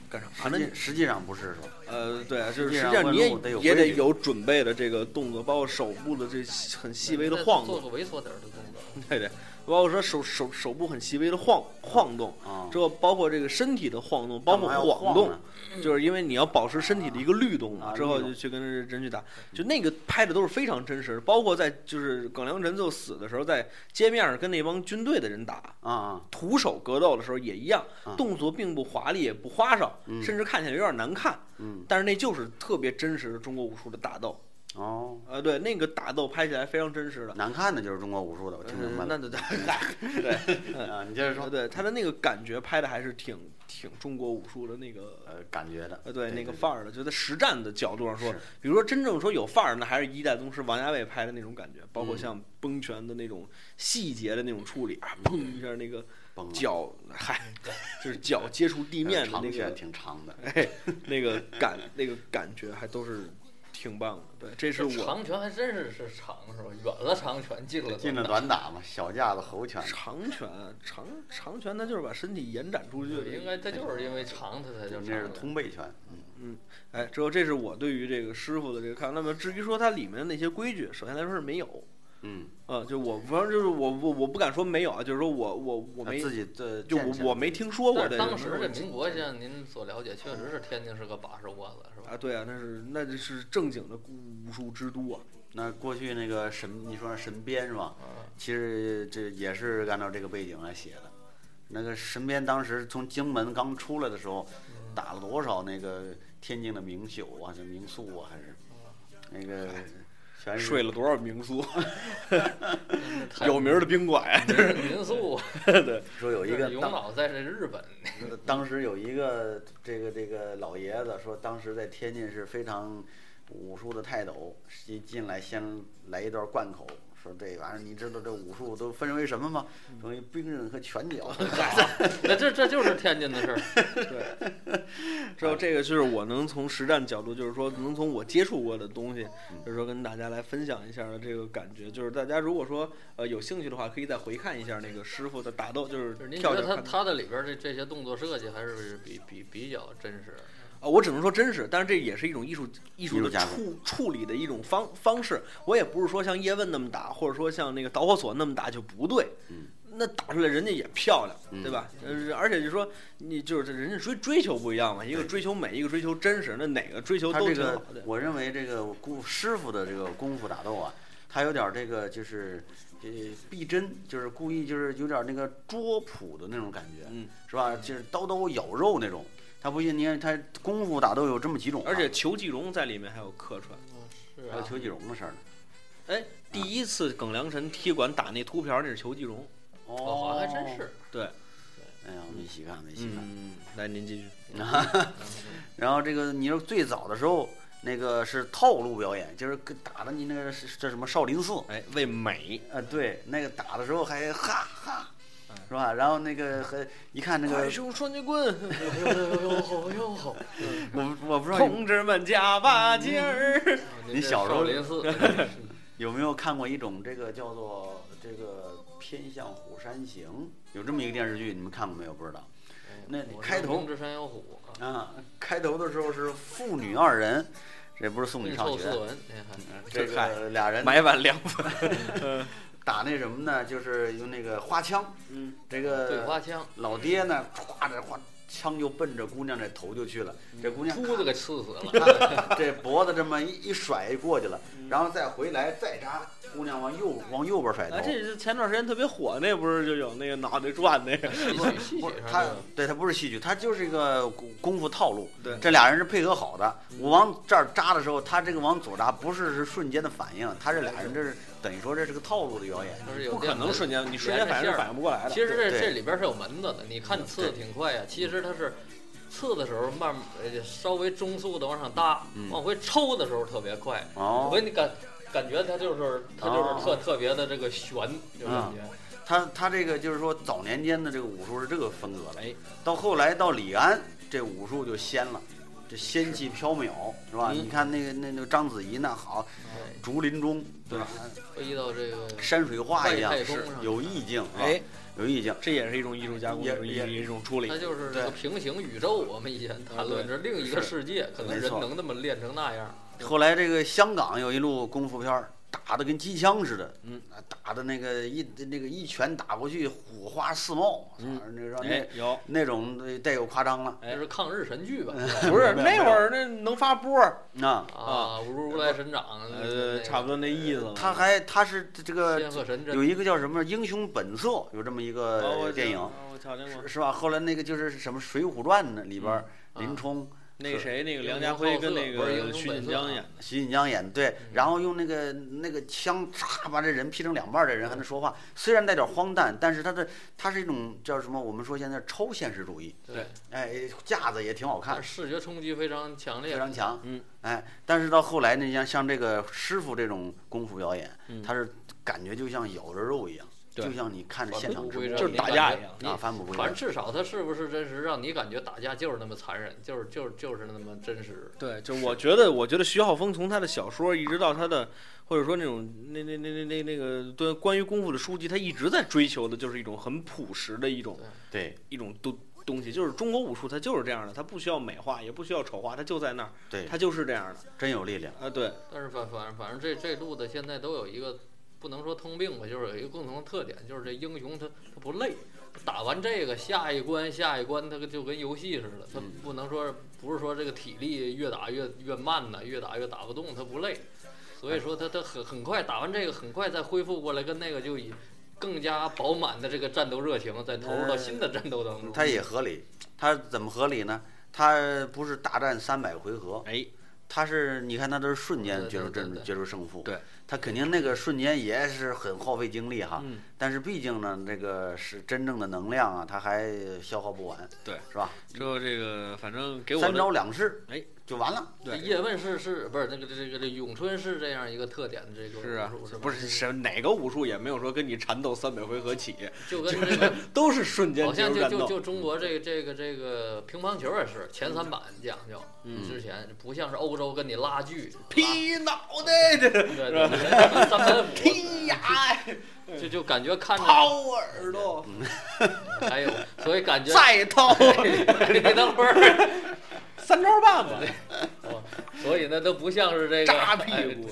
Speaker 1: 干啥
Speaker 3: 啊
Speaker 1: 呢
Speaker 3: 实
Speaker 1: 你
Speaker 3: 际实际上不是说，
Speaker 1: 呃，对啊，就是
Speaker 3: 实际
Speaker 1: 实际
Speaker 3: 上
Speaker 1: 上你
Speaker 3: 问路得
Speaker 1: 也
Speaker 3: 有
Speaker 1: 也得
Speaker 3: 规律
Speaker 1: 有准备的这个动作，包括手部的这很细微的晃动
Speaker 2: 做，个猥琐点儿的动作。
Speaker 1: 对对，包括说手手手部很细微的晃晃动，
Speaker 3: 啊，
Speaker 1: 之后包括这个身体的晃动，包括
Speaker 3: 干嘛要
Speaker 1: 晃
Speaker 3: 晃
Speaker 1: 动，
Speaker 3: 呢
Speaker 1: 就是因为你要保持身体的一个律动嘛。
Speaker 3: 啊
Speaker 1: 之后
Speaker 3: 律动
Speaker 1: 就去跟人去打，就那个拍的都是非常真实，包括在就是耿良辰就死的时候，在街面上跟那帮军队的人打。
Speaker 3: 啊啊，
Speaker 1: 徒手格斗的时候也一样
Speaker 3: 啊，
Speaker 1: 动作并不华丽，也不花哨，
Speaker 3: 嗯
Speaker 1: 甚至看起来有点难看，
Speaker 3: 嗯
Speaker 1: 但是那就是特别真实的中国武术的打斗。
Speaker 3: 哦，
Speaker 1: 呃，对，那个打斗拍起来非常真实的。
Speaker 3: 难看的就是中国武术的，我听明白
Speaker 1: 嗯
Speaker 3: 了
Speaker 1: 那 就对，
Speaker 3: 啊，你接着
Speaker 1: 呃
Speaker 3: 说，
Speaker 1: 对，他的那个感觉拍的还是挺挺中国武术的那个
Speaker 3: 呃，感觉的，
Speaker 1: 呃，对那个
Speaker 3: 放
Speaker 1: 范儿的，就在实战的角度上说
Speaker 3: 是，
Speaker 1: 比如说真正说有范儿，那还是一代宗师王家卫拍的那种感觉，包括
Speaker 3: 嗯
Speaker 1: 像崩拳的那种细节的那种处理啊，砰一下那个
Speaker 3: 崩了，
Speaker 1: 脚，嗨，就是脚接触地
Speaker 3: 地
Speaker 1: 面的
Speaker 3: 嗯长
Speaker 1: 那
Speaker 3: 拳
Speaker 1: 个，
Speaker 3: 挺长的，
Speaker 1: 哎，那个感那个感觉还都是挺棒的。对，这是我
Speaker 2: 长拳还真是是长是吧？远了长拳，近 了
Speaker 3: 进了
Speaker 2: 短
Speaker 3: 短打嘛，小架子猴
Speaker 2: 啊
Speaker 3: 拳，
Speaker 1: 长拳，长长拳，它就是把身体延展出去
Speaker 2: 打。
Speaker 1: 的一个
Speaker 2: 应该他就是因为长，他才
Speaker 3: 我
Speaker 2: 叫
Speaker 3: 们这是
Speaker 2: 长拳。
Speaker 3: 通背拳，嗯
Speaker 1: 哎，之后这是我对于这个师傅的这个看法。那么至于说它里面的那些规矩，首先来说是没有，
Speaker 3: 嗯，
Speaker 1: 啊，就我反正就是我我我不敢说没有啊，就是说我我我
Speaker 3: 那
Speaker 1: 没
Speaker 3: 自己这
Speaker 1: 就
Speaker 3: 见识
Speaker 1: 我我没听说过
Speaker 2: 但
Speaker 1: 这
Speaker 2: 是
Speaker 1: 种
Speaker 2: 当时这
Speaker 1: 东西
Speaker 2: 民国，像您所了解，确实是天津是个把式窝子，是吧？
Speaker 1: 啊，对啊，那是那就是正经的古武术之都啊，
Speaker 3: 那过去那个神，你说神鞭是吧？
Speaker 2: 嗯
Speaker 3: 其实这也是按照这个背景来写的。那个神鞭当时从荆门刚出来的时候，
Speaker 1: 嗯
Speaker 3: 打了多少那个天津的名宿啊，这名宿啊，还是那个全
Speaker 1: 嗯
Speaker 3: 是
Speaker 1: 睡了多少民宿，
Speaker 2: 太
Speaker 1: 有名儿的啊宾馆 呀，这是
Speaker 2: 民宿，
Speaker 1: 对，
Speaker 3: 说有一个
Speaker 2: 永
Speaker 3: 当呃
Speaker 2: 老在这日本，
Speaker 3: 当时有一个这个这个老爷子说，当时在天津是非常武术的泰斗，一进来先来一段贯口。说这玩意儿，你知道这武术都分为什么吗？
Speaker 1: 嗯
Speaker 3: 分为兵刃和拳脚。
Speaker 2: 那这这就是天津的事儿。
Speaker 1: 之后这个就是我能从实战角度，就是说能从我接触过的东西，就是说跟大家来分享一下的这个感觉。就是大家如果说呃有兴趣的话，可以再回看一下那个师傅的打斗，就是
Speaker 2: 就是您觉
Speaker 1: 跳
Speaker 2: 得
Speaker 1: 脚
Speaker 2: 他
Speaker 1: 看
Speaker 2: 他的里边儿这这些动作设计还是比比比较真实的？
Speaker 1: 啊，我只能说真是，但是这也是一种艺术艺术
Speaker 3: 艺术
Speaker 1: 的
Speaker 3: 价值
Speaker 1: 处处理的一种方方式。我也不是说像叶问那么打，或者说像那个导火索那么打就不对。
Speaker 3: 嗯
Speaker 1: 那打出来人家也漂亮，
Speaker 3: 嗯
Speaker 1: 对吧？呃，而且就说你就是人家追追求不一样嘛，一个追求美，一个追求真实，那哪个追求
Speaker 3: 他
Speaker 1: 都
Speaker 3: 这
Speaker 1: 挺好
Speaker 3: 个
Speaker 1: 的，。
Speaker 3: 我认为这个功师傅的这个功夫打斗啊，他有点这个就是呃逼真，就是故意就是有点那个捉捕的那种感觉，
Speaker 1: 嗯，
Speaker 3: 是吧？就是刀刀咬肉那种。他不信，你看他功夫打斗有这么几种啊、啊
Speaker 1: 而且裘继荣在里面还有客串。
Speaker 2: 是
Speaker 3: 还有裘继荣的事儿呢。
Speaker 1: 哎，第一次耿良辰踢馆打那秃瓢，那是裘继荣。
Speaker 2: 哦，好像还真。是。
Speaker 1: 对，
Speaker 3: 哎呀，没细看，没细看。
Speaker 1: 嗯，来您继续。
Speaker 3: 然后这个你说最早的时候，那个是套路表演，就是跟打的你那个是这什么少林寺，
Speaker 1: 哎，为美，
Speaker 3: 啊，对，那个打的时候还哈哈，是吧？然后那个还嗯一看那个
Speaker 1: 快，用哎双截棍。
Speaker 2: 哟吼哟吼！
Speaker 3: 我我不知道有
Speaker 1: 同志们加把劲儿！
Speaker 3: 你小时候
Speaker 2: 林寺，
Speaker 3: 有没有看过一种这个叫做这个《偏向虎山行》，有这么一个电视剧，你们看过没有？不知道。那
Speaker 2: 嗯我是
Speaker 3: 开
Speaker 2: 明
Speaker 3: 头
Speaker 2: 知山有虎，啊
Speaker 3: 啊，开头的时候是父女二人，这不是送你
Speaker 2: 运
Speaker 3: 上
Speaker 2: 臭
Speaker 3: 学，
Speaker 2: 斯文，您看
Speaker 3: 嗯这个俩人
Speaker 1: 买碗凉粉，
Speaker 3: 打那什么呢？就是用那个花枪，
Speaker 1: 嗯，
Speaker 3: 这
Speaker 2: 对花
Speaker 3: 个
Speaker 2: 枪，
Speaker 3: 老爹呢，歘这花枪就奔着姑娘这头就去了，这姑娘
Speaker 2: 秃子给刺死了。
Speaker 3: 这脖子这么一一甩就过去了，然后再回来再扎，姑娘往右往右边甩头
Speaker 1: 啊，。这是前段时间特别火，那不是就有那个脑袋转那个？
Speaker 2: 戏曲戏
Speaker 3: 不
Speaker 2: 曲
Speaker 3: 是
Speaker 2: 上
Speaker 3: 他
Speaker 2: 这个，
Speaker 3: 对他不是戏剧，他就是一个功功夫套路。
Speaker 1: 对
Speaker 3: 这俩人是配合好的。我往这儿扎的时候，他这个往左扎不是是瞬间的反应，他这俩人这是等于说这是个套路的表演。
Speaker 2: 就是有
Speaker 1: 不
Speaker 2: 电
Speaker 1: 可能
Speaker 2: 门
Speaker 1: 瞬间，你瞬间反应是反应不过来的。
Speaker 2: 其实这
Speaker 3: 对
Speaker 2: 这里边是有门子的，你看
Speaker 3: 嗯
Speaker 2: 你刺的挺快呀，其实它是刺的时候慢，呃，稍微中速的往上搭
Speaker 3: 嗯，
Speaker 2: 往回抽的时候特别快，
Speaker 3: 哦
Speaker 2: 所，以你感感觉它就是它就是特特别的这个悬，就
Speaker 3: 啊
Speaker 2: 感觉
Speaker 3: 他他这个就是说早年间的这个武术是这个风格的，
Speaker 2: 哎，
Speaker 3: 到后来到李安这武术就仙了，这仙气飘渺是吧？
Speaker 1: 嗯
Speaker 3: 你看那个那那个章子怡那好，
Speaker 2: 哎
Speaker 3: 竹林中对吧？
Speaker 2: 飞到这个
Speaker 3: 山水画一样
Speaker 2: 外太空上
Speaker 3: 有意境，啊
Speaker 1: 哎，
Speaker 3: 有意境。
Speaker 1: 这也是一种艺术加工，
Speaker 3: 也
Speaker 1: 也
Speaker 3: 也
Speaker 1: 是一种处理啊
Speaker 2: 它。就是这个
Speaker 3: 对啊
Speaker 2: 平行宇宙，我们以前谈论这另一个世界，可能
Speaker 3: 没
Speaker 2: 人
Speaker 3: 错
Speaker 2: 能那么练成那样，
Speaker 3: 后来这个香港有一路功夫片儿，打的跟机枪似的，
Speaker 1: 嗯
Speaker 3: 啊，打的那个一那个一拳打过去火花四冒，
Speaker 1: 嗯
Speaker 3: 啊那让
Speaker 1: 哎
Speaker 3: 那，
Speaker 1: 有
Speaker 3: 那种带有夸张了，
Speaker 1: 哎
Speaker 2: 这是抗日神剧吧？
Speaker 1: 不是
Speaker 3: 没
Speaker 1: 那
Speaker 3: 有
Speaker 1: 会儿那能发波，
Speaker 3: 啊，
Speaker 2: 啊，如如来神掌，
Speaker 1: 呃，差不多那意思吧。
Speaker 3: 他还他是这
Speaker 2: 仙
Speaker 3: 个
Speaker 2: 鹤神针
Speaker 3: 有。一个叫什么《英雄本色》，有这么一
Speaker 1: 哦
Speaker 3: 个
Speaker 1: 我
Speaker 3: 呃电
Speaker 1: 见
Speaker 3: 影
Speaker 1: 过。我瞧见过
Speaker 3: 是是吧？后来那个就是什么《水浒传》呢，里边儿
Speaker 2: 嗯
Speaker 3: 林
Speaker 2: 啊
Speaker 3: 冲、
Speaker 1: 那谁那个梁家辉跟那
Speaker 2: 不是英
Speaker 1: 个
Speaker 2: 雄
Speaker 1: 徐
Speaker 2: 本
Speaker 1: 锦
Speaker 2: 色
Speaker 1: 江
Speaker 2: 啊
Speaker 1: 演，
Speaker 3: 徐锦江演的，
Speaker 1: 嗯
Speaker 3: 对，然后用那个那个枪嚓把这人劈成两半儿的人还能说话，虽然带点荒诞，但是他的他是一种叫什么？我们说现在超现实主义，
Speaker 2: 对，
Speaker 3: 哎，架子也挺好看，
Speaker 2: 视觉冲击非常强
Speaker 3: 非
Speaker 2: 烈。
Speaker 3: 常强，
Speaker 1: 嗯，
Speaker 3: 哎，但是到后来呢，像像这个师傅这种功夫表演
Speaker 1: 嗯，
Speaker 3: 他是感觉就像咬着肉一样，
Speaker 1: 对
Speaker 3: 就像你看着
Speaker 2: 返
Speaker 3: 现场
Speaker 2: 璞
Speaker 3: 直
Speaker 2: 归
Speaker 3: 播
Speaker 2: 真
Speaker 1: 就是打架一样
Speaker 2: 你感
Speaker 3: 啊，
Speaker 2: 觉
Speaker 3: 翻不
Speaker 2: 你
Speaker 3: 回
Speaker 2: 反
Speaker 3: 来
Speaker 2: 正。至少它是不是真实，让你感觉打架就是那么残忍，就是就是就是那么真实。
Speaker 1: 对，就我觉得，我觉得徐浩峰从他的小说一直到他的，或者说那种那那那那那那个对关于功夫的书籍，他一直在追求的就是一种很朴实的一种
Speaker 3: 对
Speaker 1: 一种东东西，就是中国武术它就是这样的，它不需要美化，也不需要丑化，它就在那儿，
Speaker 3: 对，
Speaker 1: 它就是这样的
Speaker 3: 真有力量。
Speaker 1: 啊。对，
Speaker 2: 但是反反反正这这路的现在都有一个不能说通病吧，就是有一个共同的特点，就是这英雄他他不累，打完这个下一关下一关，他就跟游戏似的，
Speaker 1: 嗯
Speaker 2: 他不能说不是说这个体力越打越越慢呐，越打越打不动，他不累。所以说他他很很快打完这个，很快再恢复过来，跟那个就以更加饱满的这个战斗热情再投入到新的战斗当中。
Speaker 3: 他也合理，他怎么合理呢？他不是大战三百回合，
Speaker 1: 哎，
Speaker 3: 他是你看他都是瞬间
Speaker 2: 对
Speaker 3: 决出
Speaker 2: 对对
Speaker 3: 阵
Speaker 2: 对
Speaker 3: 决出胜负，
Speaker 1: 对，
Speaker 3: 他肯定那个瞬间也是很耗费精力
Speaker 2: 啊
Speaker 3: 哈，
Speaker 1: 嗯
Speaker 3: 但是毕竟呢，这个是真正的能量啊，他还消耗不完，
Speaker 1: 对，
Speaker 3: 是吧？
Speaker 1: 之后这个反正给我
Speaker 3: 三
Speaker 1: 的
Speaker 3: 招两式，
Speaker 1: 哎，
Speaker 3: 就完了。
Speaker 1: 对
Speaker 2: 叶问是是不是那个这个这咏春是这样一个特点的这个
Speaker 1: 是啊
Speaker 2: 武术，
Speaker 1: 不
Speaker 2: 吧
Speaker 1: 是是哪个武术也没有说跟你缠斗三百回合起，
Speaker 2: 就跟
Speaker 1: 就
Speaker 2: 这
Speaker 1: 是
Speaker 2: 个。
Speaker 1: 都是瞬间
Speaker 2: 好
Speaker 1: 结
Speaker 2: 像
Speaker 1: 束
Speaker 2: 就
Speaker 1: 战
Speaker 2: 就
Speaker 1: 斗。
Speaker 2: 就中国这个这个这个乒乓球也是前三板讲究，
Speaker 1: 嗯
Speaker 2: 之前不像是欧洲跟你拉锯，
Speaker 1: 劈脑袋，这
Speaker 2: 对
Speaker 1: 是
Speaker 2: 对对，三板
Speaker 1: 劈
Speaker 2: 斧，
Speaker 1: 牙，
Speaker 2: 就就感觉看着
Speaker 1: 哎掏耳朵，
Speaker 2: 还有，所以感 觉哎
Speaker 1: 再掏，
Speaker 2: 你等会儿，
Speaker 1: 三招半吧，
Speaker 2: 哦所以呢都不像 是这个
Speaker 1: 扎
Speaker 3: 哎
Speaker 1: 屁股。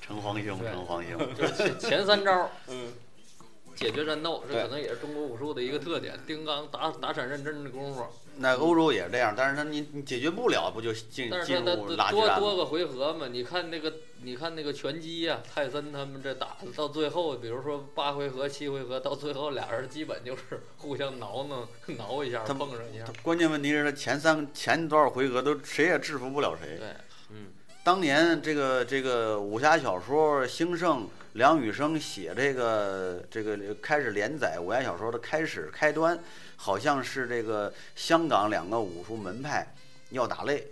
Speaker 3: 城隍兄，
Speaker 2: 对
Speaker 3: 城隍兄，
Speaker 2: 哎就是前前三招
Speaker 1: 嗯，
Speaker 2: 解决战斗，这
Speaker 1: 对
Speaker 2: 可能也是中国武术的一个特点，叮当打打闪认真的功夫，
Speaker 3: 那欧洲也是这样，但是他你你解决不了，不就进
Speaker 2: 但是
Speaker 3: 进
Speaker 2: 他
Speaker 3: 入
Speaker 2: 他
Speaker 3: 拉锯
Speaker 2: 多
Speaker 3: 战
Speaker 2: 多
Speaker 3: 吗？
Speaker 2: 个回合嘛，你看那个你看那个拳击呀、泰森他们这打到最后，比如说八回合、七回合，到最后俩人基本就是 互相挠挠挠一下，
Speaker 3: 他
Speaker 2: 碰上一下
Speaker 3: 他，关键问题是，他前三前多少回合都谁也制服不了谁。
Speaker 2: 对，哎
Speaker 3: 当年这个这个武侠小说兴盛，梁羽生写这个这个开始连载武侠小说的开始开端，好像是这个香港两个武术门派要打擂，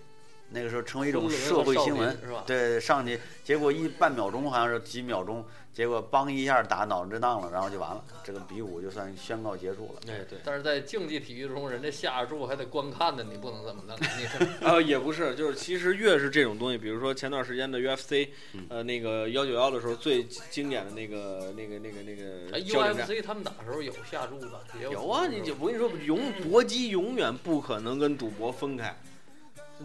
Speaker 3: 那个时候成为一种
Speaker 2: 昆仑
Speaker 3: 社
Speaker 2: 和
Speaker 3: 会
Speaker 2: 少
Speaker 3: 新
Speaker 2: 林
Speaker 3: 闻，
Speaker 2: 是吧？
Speaker 3: 对，上去结果一半秒钟好像是几秒钟，结果梆一下打脑震荡了，然后就完了，这个比武就算宣告结束了。
Speaker 1: 哎对，
Speaker 2: 但是在竞技体育中，人家下注还得观看呢，你不能这么弄。你 这
Speaker 1: 啊，也不是，就是其实越是这种东西，比如说前段时间的 UFC，
Speaker 3: 嗯
Speaker 1: 呃，那个幺九幺的时候最经典的那个那个那个那个
Speaker 2: 哎
Speaker 1: 焦点战。
Speaker 2: ，UFC 他们打的时候有下注的，也有
Speaker 1: 有啊，你就我跟你说，永搏击永远不可能跟赌博分开，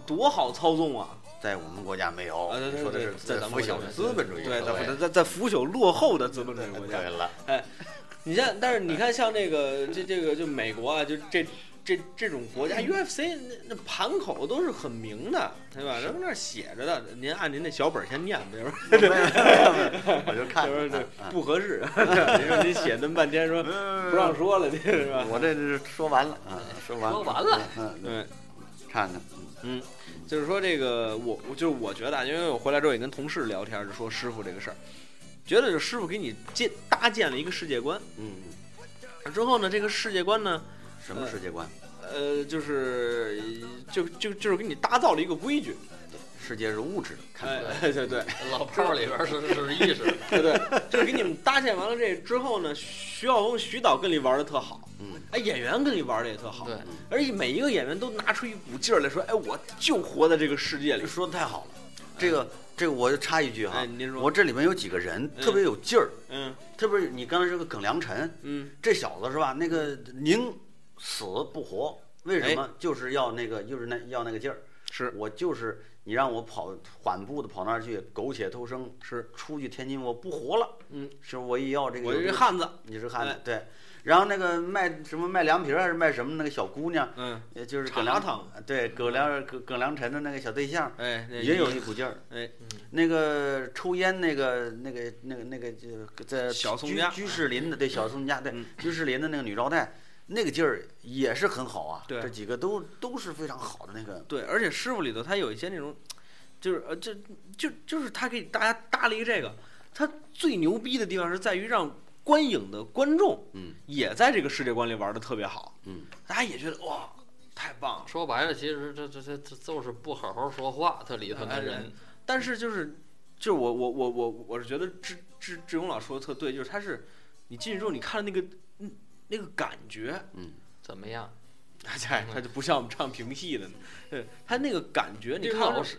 Speaker 1: 多好操纵啊！
Speaker 3: 在我们国家没有，
Speaker 1: 啊对对
Speaker 3: 你哦说的
Speaker 1: 对
Speaker 3: 是
Speaker 1: 在咱们
Speaker 3: 腐
Speaker 1: 国家
Speaker 3: 朽
Speaker 1: 没有
Speaker 3: 资本主义
Speaker 1: 对，
Speaker 3: 社会
Speaker 1: 在在在腐朽落后的资本主义国家
Speaker 3: 对， 了，
Speaker 1: 你像，但是你看，像这个这这个就美国啊，就这这这种国家 UFC 那那盘口都是很明的，对吧？人那儿写着的，您按您那小本儿先念吧，要不然
Speaker 3: 没有没有没有我就看
Speaker 1: 要不然
Speaker 3: 看
Speaker 1: 这
Speaker 3: 啊
Speaker 1: 不合适。 您说您写那么半天说不让说了，这 是 吧？
Speaker 3: 我这是说完了啊，说完了，
Speaker 2: 说完了
Speaker 3: 嗯，嗯，
Speaker 1: 嗯，
Speaker 3: 看嗯看，
Speaker 1: 就是说这个我我就是我觉得，啊，因为我回来之后也跟同事聊天，就说师傅这个事儿，觉得就师傅给你建搭建了一个世界观，
Speaker 3: 嗯，
Speaker 1: 之后呢，这个世界观呢。
Speaker 3: 什么世界观？
Speaker 1: 呃，就是就就就是给你搭造了一个规矩，
Speaker 3: 世界是物质的，看
Speaker 1: 哎， 对对对
Speaker 2: 老炮儿里边是是是意识，
Speaker 1: 对对，就是给你们搭建完了这之后呢，徐晓峰、徐导跟你玩的特好，
Speaker 3: 嗯，
Speaker 1: 哎，演员跟你玩的也特好，
Speaker 2: 对，
Speaker 1: 而且每一个演员都拿出一股劲儿来说，哎，我就活在这个世界里。
Speaker 3: 说的太好了，这个这个我就插一句哈
Speaker 1: 哎，，您说，
Speaker 3: 啊我这里面有几个人
Speaker 1: 嗯
Speaker 3: 特别有劲儿，
Speaker 1: 嗯
Speaker 3: 特别是你刚才这个耿良辰，
Speaker 1: 嗯，
Speaker 3: 这小子是吧？那个宁死不活，为什么？就是要那个，就是那要那个劲儿。
Speaker 1: 是
Speaker 3: 我就是你让我跑缓步的跑那儿去，苟且偷生，
Speaker 1: 是，
Speaker 3: 出去天津我不活了。
Speaker 1: 嗯，
Speaker 3: 是我也要这个。
Speaker 1: 我是，汉子，
Speaker 3: 你是汉
Speaker 1: 哎
Speaker 3: 子，对。然后那个卖什么卖凉皮儿还是卖什么那个小姑娘，
Speaker 1: 嗯，
Speaker 3: 也就是
Speaker 1: 茶
Speaker 3: 耿良
Speaker 1: 汤，
Speaker 3: 对耿良耿耿良辰的那个小对象，
Speaker 1: 哎，那
Speaker 3: 也有一股劲儿。
Speaker 1: 哎，
Speaker 3: 那个抽烟那个那个那个那个就在
Speaker 1: 小宋
Speaker 3: 居
Speaker 1: 家
Speaker 3: 居士林的对小宋家对
Speaker 1: 嗯
Speaker 3: 居士林的那个女招待，那个劲儿也是很好啊。
Speaker 1: 对
Speaker 3: 这几个都都是非常好的那个。
Speaker 1: 对，而且师傅里头他有一些那种，就是呃，这就就是他给大家搭了一个这个，他最牛逼的地方是在于让观影的观众，
Speaker 3: 嗯，
Speaker 1: 也在这个世界观里玩的特别好，
Speaker 3: 嗯，
Speaker 1: 大家也觉得哇，太棒了。
Speaker 2: 说白了，其实这这这这就是不好好说话，他里头
Speaker 1: 哎
Speaker 2: 的人，
Speaker 1: 但是就是就是我我我我我是觉得志志志勇老说的特对，就是他是你进去之后你看那个嗯那个感觉，
Speaker 2: 怎么样？
Speaker 1: 他他就不像我们唱评戏的呢，对他那个感觉你
Speaker 2: 丁
Speaker 1: 看
Speaker 2: 老
Speaker 1: 着
Speaker 2: 师，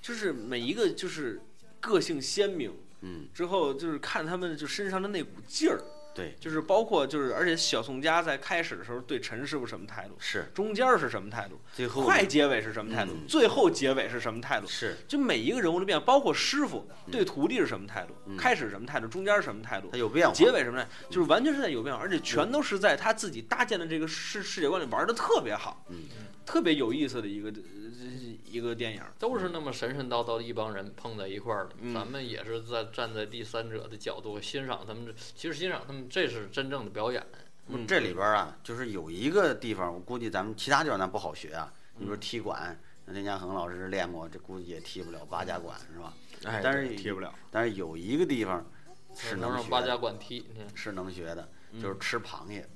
Speaker 1: 就是每一个就是个性鲜明。
Speaker 3: 嗯，
Speaker 1: 之后就是看他们就身上的那股劲儿，
Speaker 3: 对，
Speaker 1: 就是包括就是，而且小宋佳在开始的时候对陈师傅什么态度，
Speaker 3: 是
Speaker 1: 中间儿是什么态度，
Speaker 3: 最后
Speaker 1: 快结尾是什么态度，
Speaker 3: 嗯
Speaker 1: 最后结尾是什么态度，
Speaker 3: 是
Speaker 1: 就每一个人物都变，包括师傅对徒弟是什么态度，
Speaker 3: 嗯
Speaker 1: 开始什么态度，中间是什么态度
Speaker 3: 它，有变化。
Speaker 1: 结尾什么态度，就是完全是在有变化，而且全都是在他自己搭建的这个世世界观里玩的特别好，
Speaker 3: 嗯
Speaker 1: 特别有意思的一个呃一个电影。
Speaker 2: 都是那么神神叨叨的一帮人碰在一块儿的，
Speaker 1: 嗯
Speaker 2: 咱们也是在站在第三者的角度欣赏他们这，其实欣赏他们这是真正的表演。
Speaker 1: 嗯
Speaker 3: 这里边儿啊，就是有一个地方，我估计咱们其他地方咱不好学啊。你
Speaker 2: 嗯
Speaker 3: 比如踢馆，那林家恒老师练过，这估计也踢不了八家馆是吧？
Speaker 1: 哎，
Speaker 3: 但是
Speaker 1: 踢不了。
Speaker 3: 但是有一个地方
Speaker 2: 只
Speaker 3: 是
Speaker 2: 能
Speaker 3: 能
Speaker 2: 让
Speaker 3: 学
Speaker 2: 八家
Speaker 3: 的，
Speaker 2: 馆嗯踢，你看
Speaker 3: 是能学的，就是吃螃蟹。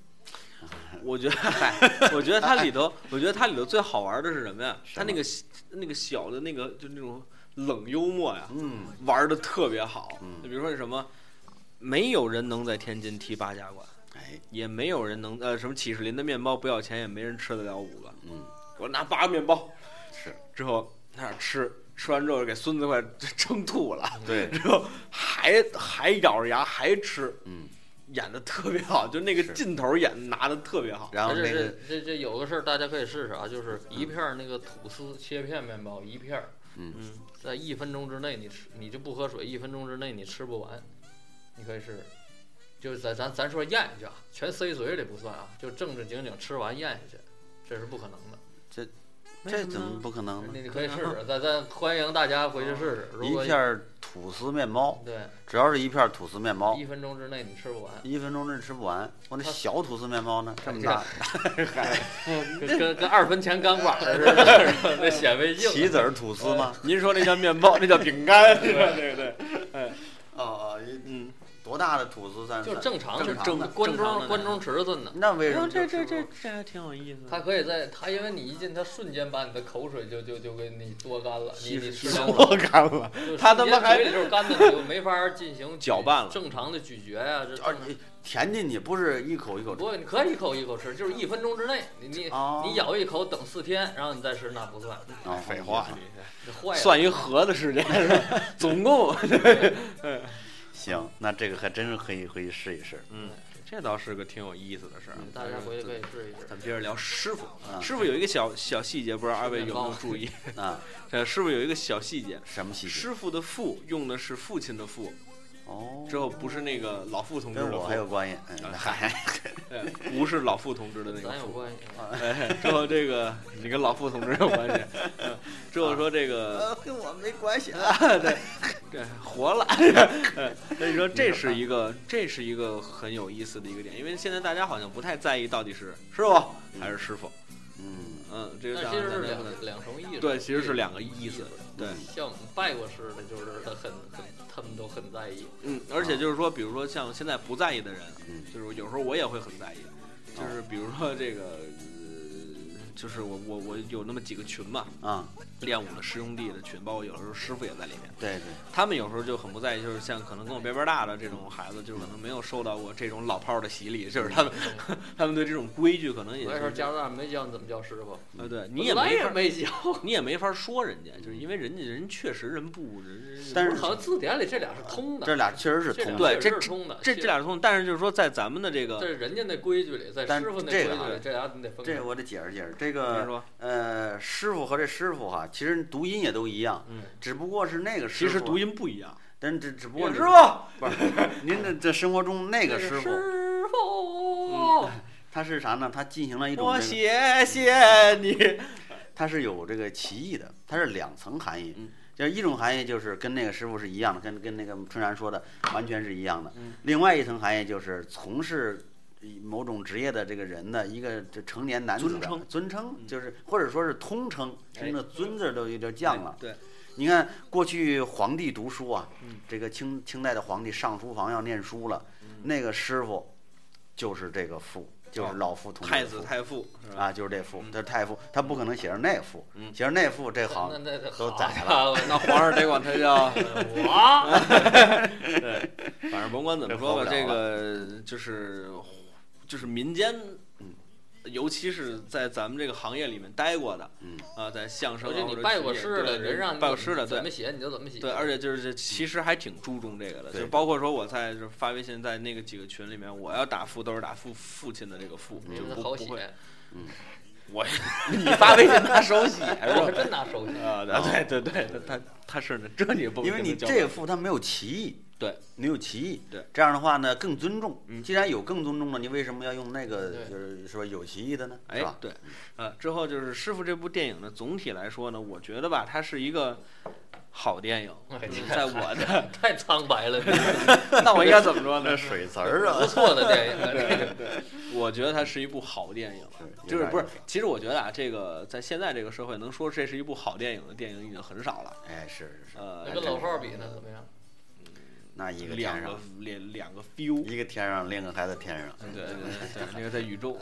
Speaker 1: 我觉得，哎 我觉得它里头，我觉得它里头最好玩的是什么呀？
Speaker 3: 什
Speaker 1: 它
Speaker 3: 么
Speaker 1: 那个那个小的那个，就那种冷幽默呀，
Speaker 3: 嗯，
Speaker 1: 玩的特别好。
Speaker 3: 嗯
Speaker 1: 就比如说什么，没有人能在天津踢八家馆，
Speaker 3: 哎，
Speaker 1: 也没有人能呃什么启士林的面包不要钱，也没人吃得了五个。
Speaker 3: 嗯，
Speaker 1: 我拿八个面包
Speaker 3: 是
Speaker 1: 之后，那儿吃，吃完之后给孙子快 撑吐了，
Speaker 3: 对，
Speaker 1: 之后还还咬着牙还吃，
Speaker 3: 嗯，
Speaker 1: 演的特别好，就那个
Speaker 3: 是
Speaker 1: 劲头演得拿的特别好。
Speaker 3: 然后
Speaker 2: 而且
Speaker 3: 那
Speaker 2: 这
Speaker 3: 个嗯
Speaker 2: 这这有个事儿大家可以试试啊，就是一片儿那个吐司切片面包一片儿，
Speaker 1: 嗯，
Speaker 2: 在一分钟之内你吃你就不喝水，一分钟之内你吃不完，你可以试试。就是咱咱咱说咽下去啊，全塞嘴里不算啊，就正正经经吃完咽下去，这是不可能的。
Speaker 3: 这怎么不可能呢？
Speaker 2: 你你可以试试，咱咱欢迎大家回去试试。如
Speaker 3: 啊一
Speaker 2: 果
Speaker 3: 片儿吐司面包，
Speaker 2: 对
Speaker 3: 只要是一片儿吐司面包
Speaker 2: 一，分钟之内你吃不完，
Speaker 3: 一分钟之内吃不完。我那
Speaker 2: 它
Speaker 3: 小吐司面包呢？这么大，
Speaker 2: 跟跟跟二分钱钢管儿似 的，那显微镜。
Speaker 3: 棋子儿吐司吗？
Speaker 1: 您说那叫面包，那叫饼 干，对对对，
Speaker 3: 哦哦，一
Speaker 1: 嗯，
Speaker 3: 多大的吐司算
Speaker 2: 就是正常是
Speaker 3: 正常的
Speaker 2: 关
Speaker 1: 正常
Speaker 2: 中
Speaker 1: 的
Speaker 2: 关中尺寸的，
Speaker 3: 那为什么
Speaker 1: 这这
Speaker 3: 就吃
Speaker 1: 这
Speaker 3: 不
Speaker 1: 这还挺有意思的。
Speaker 2: 它可以在它因为你一进，它瞬间把你的口水就就就给你多干了，你
Speaker 3: 稀释
Speaker 2: 你吃
Speaker 3: 稀释
Speaker 2: 两口，
Speaker 1: 我干了，
Speaker 2: 就是
Speaker 1: 它他妈
Speaker 2: 瞬间
Speaker 1: 还
Speaker 2: 嘴里就是干的，你就没法进行
Speaker 1: 搅拌了
Speaker 2: 正常的咀嚼呀、这
Speaker 3: 啊，你填进去不是一口一口
Speaker 2: 不
Speaker 3: 吃，
Speaker 2: 过你可以一口一口吃，就是一分钟之内，你你
Speaker 3: 哦
Speaker 2: 你咬一口等四天，然后你再吃那不算，
Speaker 3: 啊，
Speaker 1: 废话，
Speaker 2: 这坏了。
Speaker 1: 算一盒子 时间，是吧总共，
Speaker 3: 行，那这个还真是可以可以试一试。
Speaker 1: 嗯， 这倒是个挺有意思的事儿。啊
Speaker 2: 嗯大家回去可以试一试。
Speaker 1: 咱们接着聊师傅
Speaker 3: 啊，
Speaker 1: 师傅有一个小小细节，不知道二位有没有注意？
Speaker 3: 啊，
Speaker 1: 呃，师傅有一个小细节，
Speaker 3: 什么细节？
Speaker 1: 师傅的父用的是父亲的父，
Speaker 3: 哦，
Speaker 1: 之后不是那个老傅同志
Speaker 3: 跟
Speaker 1: 的
Speaker 3: 我还有
Speaker 1: 父，
Speaker 3: 关系。嗯，嗨，
Speaker 1: 哎不是老傅同志的那个
Speaker 2: 咱有
Speaker 1: 傅。
Speaker 2: 关系，
Speaker 1: 哎，之后这个你跟老傅同志有关系。 嗯之后说这个，
Speaker 3: 呃跟我没关系。
Speaker 1: 对，对，活了。哎所以说这是一个，这是一个很有意思的一个点，因为现在大家好像不太在意到底是师傅还是师傅。
Speaker 3: 嗯，
Speaker 1: 嗯，这个
Speaker 2: 但
Speaker 1: 大
Speaker 2: 其
Speaker 1: 家
Speaker 2: 实是
Speaker 1: 咱们
Speaker 2: 两两重意思。嗯
Speaker 1: 对，其实是两个意思。对，
Speaker 2: 像我们拜过师的，就是他很很，他们都很在意。
Speaker 1: 嗯，而且就是说，比如说像现在不在意的人，
Speaker 3: 嗯
Speaker 1: 就是有时候我也会很在意，就是比如说这个，呃就是我我我有那么几个群嘛，
Speaker 3: 啊，
Speaker 1: 练武的师兄弟的群，包括有时候师傅也在里面，
Speaker 3: 对对，
Speaker 1: 他们有时候就很不在意，就是像可能跟我边边大的这种孩子，就是可能没有受到过这种老炮儿的洗礼，就是他们 他们对这种规矩可能也
Speaker 2: 我那时候
Speaker 1: 是
Speaker 2: 加拿大没教你怎么叫师傅，
Speaker 1: 呃对你也
Speaker 2: 本来
Speaker 1: 没
Speaker 2: 也
Speaker 1: 法
Speaker 2: 没教。
Speaker 1: 你也没法说人家，就是因为人家人确实人不人，人
Speaker 3: 但是
Speaker 2: 好像字典里这俩是通的，
Speaker 3: 这俩确实是通
Speaker 2: 俩
Speaker 1: 对
Speaker 3: 的。
Speaker 2: 确
Speaker 1: 这
Speaker 2: 实是通的。
Speaker 1: 这这俩是通，但是就是说在咱们的这
Speaker 2: 这
Speaker 1: 个
Speaker 2: 是人家那规矩里，在
Speaker 3: 但
Speaker 2: 师傅那规
Speaker 3: 这
Speaker 2: 矩
Speaker 3: 个
Speaker 2: 里，这俩你得分
Speaker 3: 这
Speaker 2: 开
Speaker 3: 个。我得解释解释，这
Speaker 1: 比如
Speaker 3: 个
Speaker 1: 说
Speaker 3: 呃，师傅和这师傅哈，其实读音也都一样，
Speaker 1: 嗯，
Speaker 3: 只不过是那个
Speaker 1: 其
Speaker 3: 师
Speaker 1: 实
Speaker 3: 傅，
Speaker 1: 读音不一样。哦
Speaker 3: 但只只不
Speaker 1: 比如
Speaker 3: 过
Speaker 1: 说
Speaker 3: 你
Speaker 1: 师傅，
Speaker 3: 不是您这这生活中那个
Speaker 2: 这
Speaker 3: 师
Speaker 2: 是
Speaker 3: 傅，
Speaker 2: 师傅，
Speaker 1: 嗯
Speaker 3: 他是啥呢？他进行了一种
Speaker 1: 我
Speaker 3: 这个
Speaker 1: 谢谢你。
Speaker 3: 它是有这个歧义的，它是两层含义
Speaker 1: 嗯。
Speaker 3: 就是一种含义就是跟那个师傅是一样的，跟跟那个春然说的完全是一样的
Speaker 1: 嗯。
Speaker 3: 另外一层含义就是从事某种职业的这个人的一个这成年男子
Speaker 1: 尊
Speaker 3: 的
Speaker 1: 称
Speaker 3: 尊称
Speaker 1: 嗯，
Speaker 3: 就是或者说是通称，
Speaker 1: 哎
Speaker 3: 甚至尊字都有点降了。
Speaker 1: 对，
Speaker 3: 你看过去皇帝读书啊
Speaker 1: 嗯，
Speaker 3: 这个清清代的皇帝上书房要念书了，那个师傅就是这个傅，就是老傅同志
Speaker 1: 哦
Speaker 3: 的
Speaker 1: 太子
Speaker 3: 傅
Speaker 1: 太傅是吧？
Speaker 3: 啊，就是这副
Speaker 1: 嗯，
Speaker 3: 这太傅，他不可能写成那副，
Speaker 1: 嗯
Speaker 3: 写成那副这行
Speaker 2: 那那那
Speaker 3: 都
Speaker 2: 好
Speaker 3: 宰
Speaker 2: 家伙，
Speaker 1: 那皇上得管他叫，
Speaker 2: 那 我
Speaker 1: 对， 反正甭管怎么说吧，
Speaker 3: 这
Speaker 1: 这
Speaker 3: 活不
Speaker 1: 个就是就是民间
Speaker 3: 嗯，
Speaker 1: 尤其是在咱们这个行业里面待过的，
Speaker 3: 嗯
Speaker 1: 啊，在相声
Speaker 2: 我
Speaker 1: 啊
Speaker 2: 觉得
Speaker 1: 或
Speaker 2: 你
Speaker 1: 者
Speaker 2: 拜过
Speaker 1: 曲艺
Speaker 2: 师
Speaker 1: 对
Speaker 2: 的，人让你
Speaker 1: 拜过师的，对
Speaker 2: 怎么，写你就怎么写。
Speaker 1: 对，而且就是这其实还挺注重这个的，
Speaker 3: 对
Speaker 1: 就包括说我在就是发微信在那个几个群里面，我要打父都是打父父亲的这个父，
Speaker 3: 嗯
Speaker 2: 名
Speaker 1: 就
Speaker 2: 字
Speaker 1: 不
Speaker 2: 好
Speaker 1: 不会
Speaker 2: 写，
Speaker 1: 我 你发微信他手写是
Speaker 2: 我
Speaker 1: 吧？
Speaker 2: 真拿手写。
Speaker 1: 啊，对对对，他他是的，这你也不
Speaker 3: 哦因为
Speaker 1: 跟
Speaker 3: 你
Speaker 1: 他交
Speaker 3: 这
Speaker 1: 流
Speaker 3: 副它没有歧义，
Speaker 1: 对，
Speaker 3: 你有歧义，
Speaker 1: 对，
Speaker 3: 这样的话呢更尊重。
Speaker 1: 嗯
Speaker 3: 既然有更尊重了，你为什么要用那个
Speaker 2: 对
Speaker 3: 就是说有歧义的呢？
Speaker 1: 哎
Speaker 3: 是吧？，
Speaker 1: 对，呃，之后就是《师傅》这部电影呢，总体来说呢，我觉得吧，它是一个好电影，
Speaker 2: 哎
Speaker 1: 嗯在我的，
Speaker 2: 太苍白了，
Speaker 1: 那我应该怎么说 呢？
Speaker 3: 水词
Speaker 2: 这不错的电影啊，这个
Speaker 1: 我觉得它是一部好电影，就是不是？其实我觉得啊，这个在现在这个社会，能说这是一部好电影的电影已经很少了。
Speaker 3: 哎，是是是，
Speaker 1: 呃，
Speaker 2: 那跟老炮儿比呢怎么样？
Speaker 3: 那一个
Speaker 1: 两
Speaker 3: 天
Speaker 1: 个
Speaker 3: 上，
Speaker 1: 两两个 feel，
Speaker 3: 一个天上，另一个还在天上。
Speaker 1: 对对 对，那个在宇宙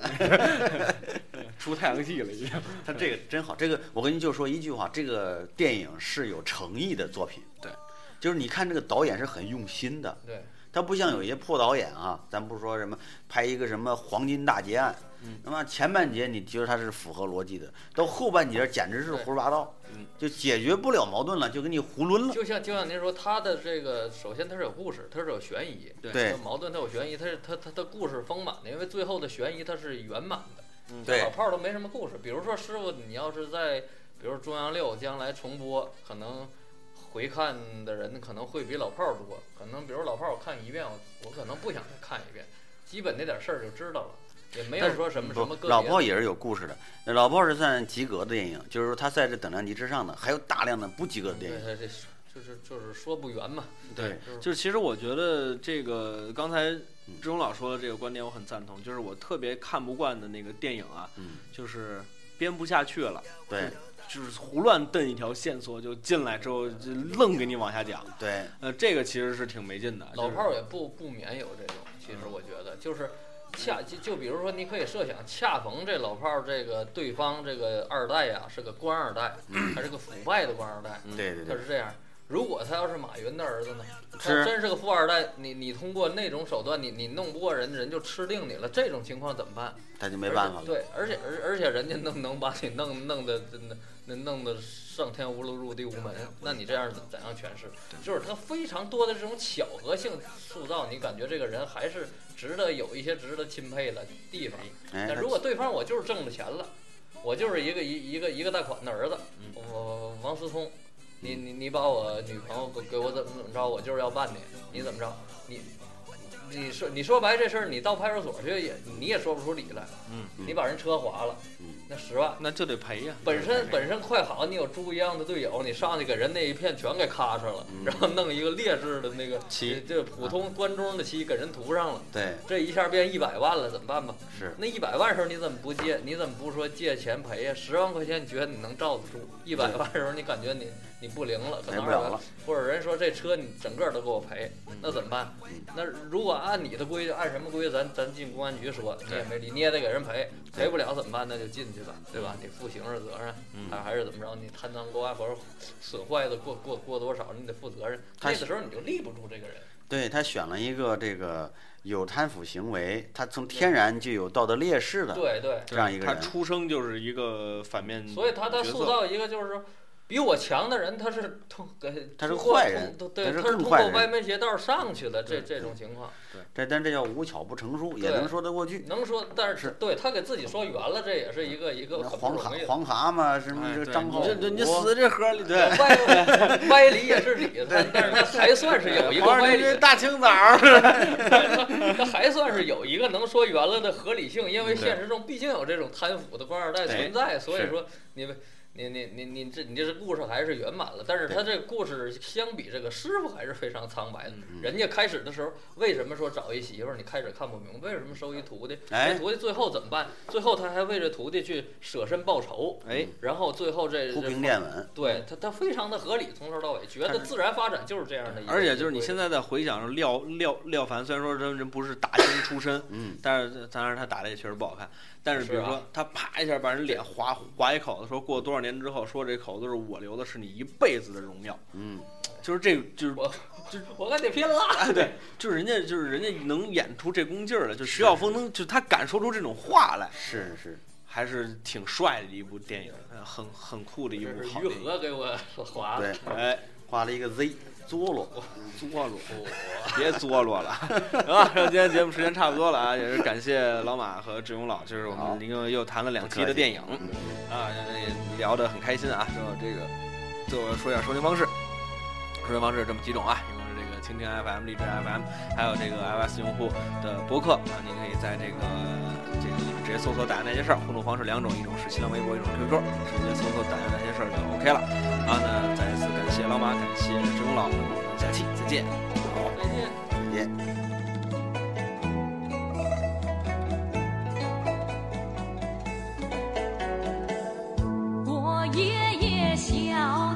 Speaker 1: 出太阳系了已经。
Speaker 3: 他这个真好，这个我跟你就说一句话，这个电影是有诚意的作品。
Speaker 1: 对，
Speaker 3: 就是你看这个导演是很用心的，
Speaker 2: 对，
Speaker 3: 他不像有一些破导演啊，咱不说什么拍一个什么黄金大劫案，
Speaker 1: 嗯
Speaker 3: 那么前半截你觉得他是符合逻辑的，到后半截简直是胡说八道，
Speaker 1: 嗯
Speaker 3: 就解决不了矛盾了，就给你囫囵了。
Speaker 2: 就像就像您说，他的这个首先他是有故事，他是有悬疑，
Speaker 1: 对
Speaker 3: 对
Speaker 2: 这矛盾他有悬疑，他是他他的故事丰满的，因为最后的悬疑它是圆满的。
Speaker 1: 嗯
Speaker 3: 对
Speaker 2: 老炮儿都没什么故事，比如说师傅，你要是在比如说中央六将来重播，可能回看的人可能会比老炮儿多，可能比如老炮儿我看一遍，我我可能不想再看一遍，基本那点事儿就知道了，也没有说什么什么
Speaker 3: 不
Speaker 2: 个
Speaker 3: 老
Speaker 2: 别
Speaker 3: 炮
Speaker 2: 的。
Speaker 3: 也是有故事的，那老炮是算及格的电影，就是说他在这等量级之上的，还有大量的不及格的电
Speaker 2: 对
Speaker 3: 影。
Speaker 2: 对，这是就是就是说不圆嘛。
Speaker 1: 对，
Speaker 2: 就是
Speaker 1: 就是其实我觉得这个刚才
Speaker 3: 嗯
Speaker 1: 志勇老说的这个观点我很赞同，就是我特别看不惯的那个电影啊，
Speaker 3: 嗯，
Speaker 1: 就是编不下去了，
Speaker 3: 对
Speaker 1: 就是胡乱蹬一条线索就进来之后就愣给你往下讲，
Speaker 3: 对，
Speaker 1: 呃，这个其实是挺没劲的。
Speaker 2: 老
Speaker 1: 啊就是嗯
Speaker 2: 炮儿也不不免有这种，其实我觉得就是恰就就比如说，你可以设想，恰逢这老炮儿这个对方这个二代呀、是个官二代，还是个腐败的官二代，
Speaker 1: 嗯
Speaker 3: 对对
Speaker 2: 他
Speaker 3: 对，
Speaker 2: 是这样。如果他要是马云的儿子呢？他
Speaker 3: 是
Speaker 2: 真是个富二代，你你通过那种手段，你你弄不过人，人就吃定你了。这种情况怎么办？
Speaker 3: 他就没办法
Speaker 2: 而且
Speaker 3: 了。
Speaker 2: 对，而且而而且人家弄能把你弄弄的那弄的上天无路入地无门，那你这样怎怎样诠释？就是他非常多的这种巧合性塑造，你感觉这个人还是值得有一些值得钦佩的地方。
Speaker 3: 哎，
Speaker 2: 但
Speaker 3: 他
Speaker 2: 如果对方我就是挣了钱了，我就是一个一一个一个大款的儿子
Speaker 1: 嗯，
Speaker 2: 我王思聪，你你你把我女朋友给给我怎么怎么着，我就是要办你，你怎么着？你你说你说白这事儿，你到派出所去也你也说不出理来，
Speaker 1: 嗯
Speaker 2: 你把人车划了
Speaker 3: 嗯，
Speaker 2: 那十万。
Speaker 1: 那就得赔呀、
Speaker 2: 本身本身快好，你有猪一样的队友，你上去给人那一片全给咔嚓了，然后弄一个劣质的那个
Speaker 3: 漆
Speaker 2: 这普通关中的漆给人涂上了，
Speaker 3: 对
Speaker 2: 这一下变一百万了，怎么办吧？
Speaker 3: 是
Speaker 2: 那一百万时候你怎么不借？你怎么不说借钱赔呀？十万块钱你觉得你能罩得住？一百万时候你感觉你你不灵了，可
Speaker 3: 赔
Speaker 2: 能
Speaker 3: 不了
Speaker 2: 200
Speaker 3: 了。
Speaker 2: 或者人说这车你整个都给我赔，那怎么办
Speaker 3: 嗯？
Speaker 2: 那如果按你的规矩，按什么规矩？咱咱进公安局说，你也没理，你也得给人赔，赔不了怎么办？那就进去吧，对
Speaker 3: 嗯
Speaker 2: 吧？你负刑事责任，还还是怎么着？你贪赃过爱或者损坏的过过过多少，你得负责任。
Speaker 3: 他
Speaker 2: 那个时候你就立不住这个人，
Speaker 3: 对他选了一个这个有贪腐行为，他从天然就有道德劣势的，
Speaker 2: 对对。
Speaker 3: 这样一个
Speaker 1: 他
Speaker 3: 人
Speaker 1: 出生就是一个反
Speaker 3: 嗯
Speaker 1: 面角色，
Speaker 2: 所以他他塑 造一个就是说比我强的人，他是通
Speaker 3: 他
Speaker 2: 他
Speaker 3: 是坏人
Speaker 2: 对，
Speaker 3: 他是
Speaker 2: 是
Speaker 3: 更
Speaker 2: 通
Speaker 3: 坏
Speaker 2: 过
Speaker 3: 人
Speaker 2: 歪门邪道上去的这
Speaker 1: 对
Speaker 2: 这种情况，
Speaker 3: 这但这叫无巧不成书，也
Speaker 2: 对
Speaker 3: 能说得过去。
Speaker 2: 能说，但是
Speaker 3: 是
Speaker 2: 对他给自己说圆了，这也是一个一个
Speaker 3: 那
Speaker 2: 很不
Speaker 3: 黄蛤
Speaker 2: 容易的。
Speaker 3: 黄蛤蟆什么
Speaker 1: 哎
Speaker 3: 这
Speaker 1: 对
Speaker 3: 张
Speaker 1: 你
Speaker 3: 浩
Speaker 1: 这你这
Speaker 3: 武
Speaker 1: 死这盒里对。
Speaker 2: 歪 歪理也是理，他但是他还算是有一个
Speaker 1: 皇上
Speaker 2: 歪
Speaker 1: 您
Speaker 2: 理，
Speaker 1: 这大清早 儿，
Speaker 2: 他还算是有一个能说圆了的合理性，因为
Speaker 1: 对
Speaker 2: 现实中毕竟有这种贪腐的官二
Speaker 1: 哎
Speaker 2: 代
Speaker 3: 对
Speaker 2: 存在，所以
Speaker 3: 是
Speaker 2: 说你们你你你你这你这故事还是圆满了，但是他这个故事相比这个师傅还是非常苍白的。
Speaker 1: 嗯
Speaker 2: 人家开始的时候为什么说找一媳妇儿？你开始看不明白，为什么收一徒弟？这
Speaker 3: 哎，
Speaker 2: 徒弟最后怎么办？最后他还为这徒弟去舍身报仇，
Speaker 1: 哎，
Speaker 2: 然后最后这
Speaker 3: 铺
Speaker 2: 这
Speaker 3: 平垫稳，
Speaker 2: 对他他非常的合理，从头到尾觉
Speaker 1: 但
Speaker 2: 得
Speaker 1: 是
Speaker 2: 自然发展就是这样的一个。
Speaker 1: 而且就是你
Speaker 2: 在。
Speaker 1: 现在在回想廖廖廖凡，虽然说真人不是打星出身，
Speaker 3: 嗯，
Speaker 1: 但是当然他打的也确实不好看。但是比如
Speaker 2: 是
Speaker 1: 说他啪一下把人脸划划一口子，说过多少年之后，说这口子是我留的，是你一辈子的荣耀。
Speaker 3: 嗯，
Speaker 1: 就是这个， 就是
Speaker 2: 我我跟你拼了！
Speaker 1: 就是人家就是人家能演出这功劲儿来，就徐晓峰能就他敢说出这种话来，
Speaker 3: 是是，
Speaker 1: 还是挺帅的一部电影，呃很很酷的一
Speaker 2: 这
Speaker 1: 部
Speaker 2: 是
Speaker 1: 好
Speaker 2: 于
Speaker 1: 电影。
Speaker 2: 和给我 划
Speaker 3: 对，
Speaker 1: 哎，
Speaker 3: 画了一个 Z，作落，
Speaker 1: 作落，别作落 了，行吧？那啊今天节目时间差不多了啊，也是感谢老马和志勇老，就是我
Speaker 3: 好
Speaker 1: 们一共又谈了两期
Speaker 3: 不客
Speaker 1: 的
Speaker 3: 气
Speaker 1: 电影
Speaker 3: 嗯
Speaker 1: 啊，也聊得很开心啊。之后这个，最后说一下收听方式，收听方式这么几种啊，一共是这个蜻蜓 FM、荔枝 FM，还有这个 iOS 用户的博客啊，你可以在这个这个里面直接搜索“打压那些事儿”，互动方式两种，一种是新浪微博，一种是 QQ，直接搜索“打压那些事儿”就 OK 了。啊，那再一次感谢老马，感谢志工老，我们下期再见。
Speaker 2: 好，再见。
Speaker 3: 再见。
Speaker 4: 我爷爷小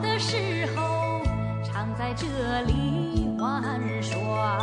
Speaker 4: 的时候常在这里玩耍，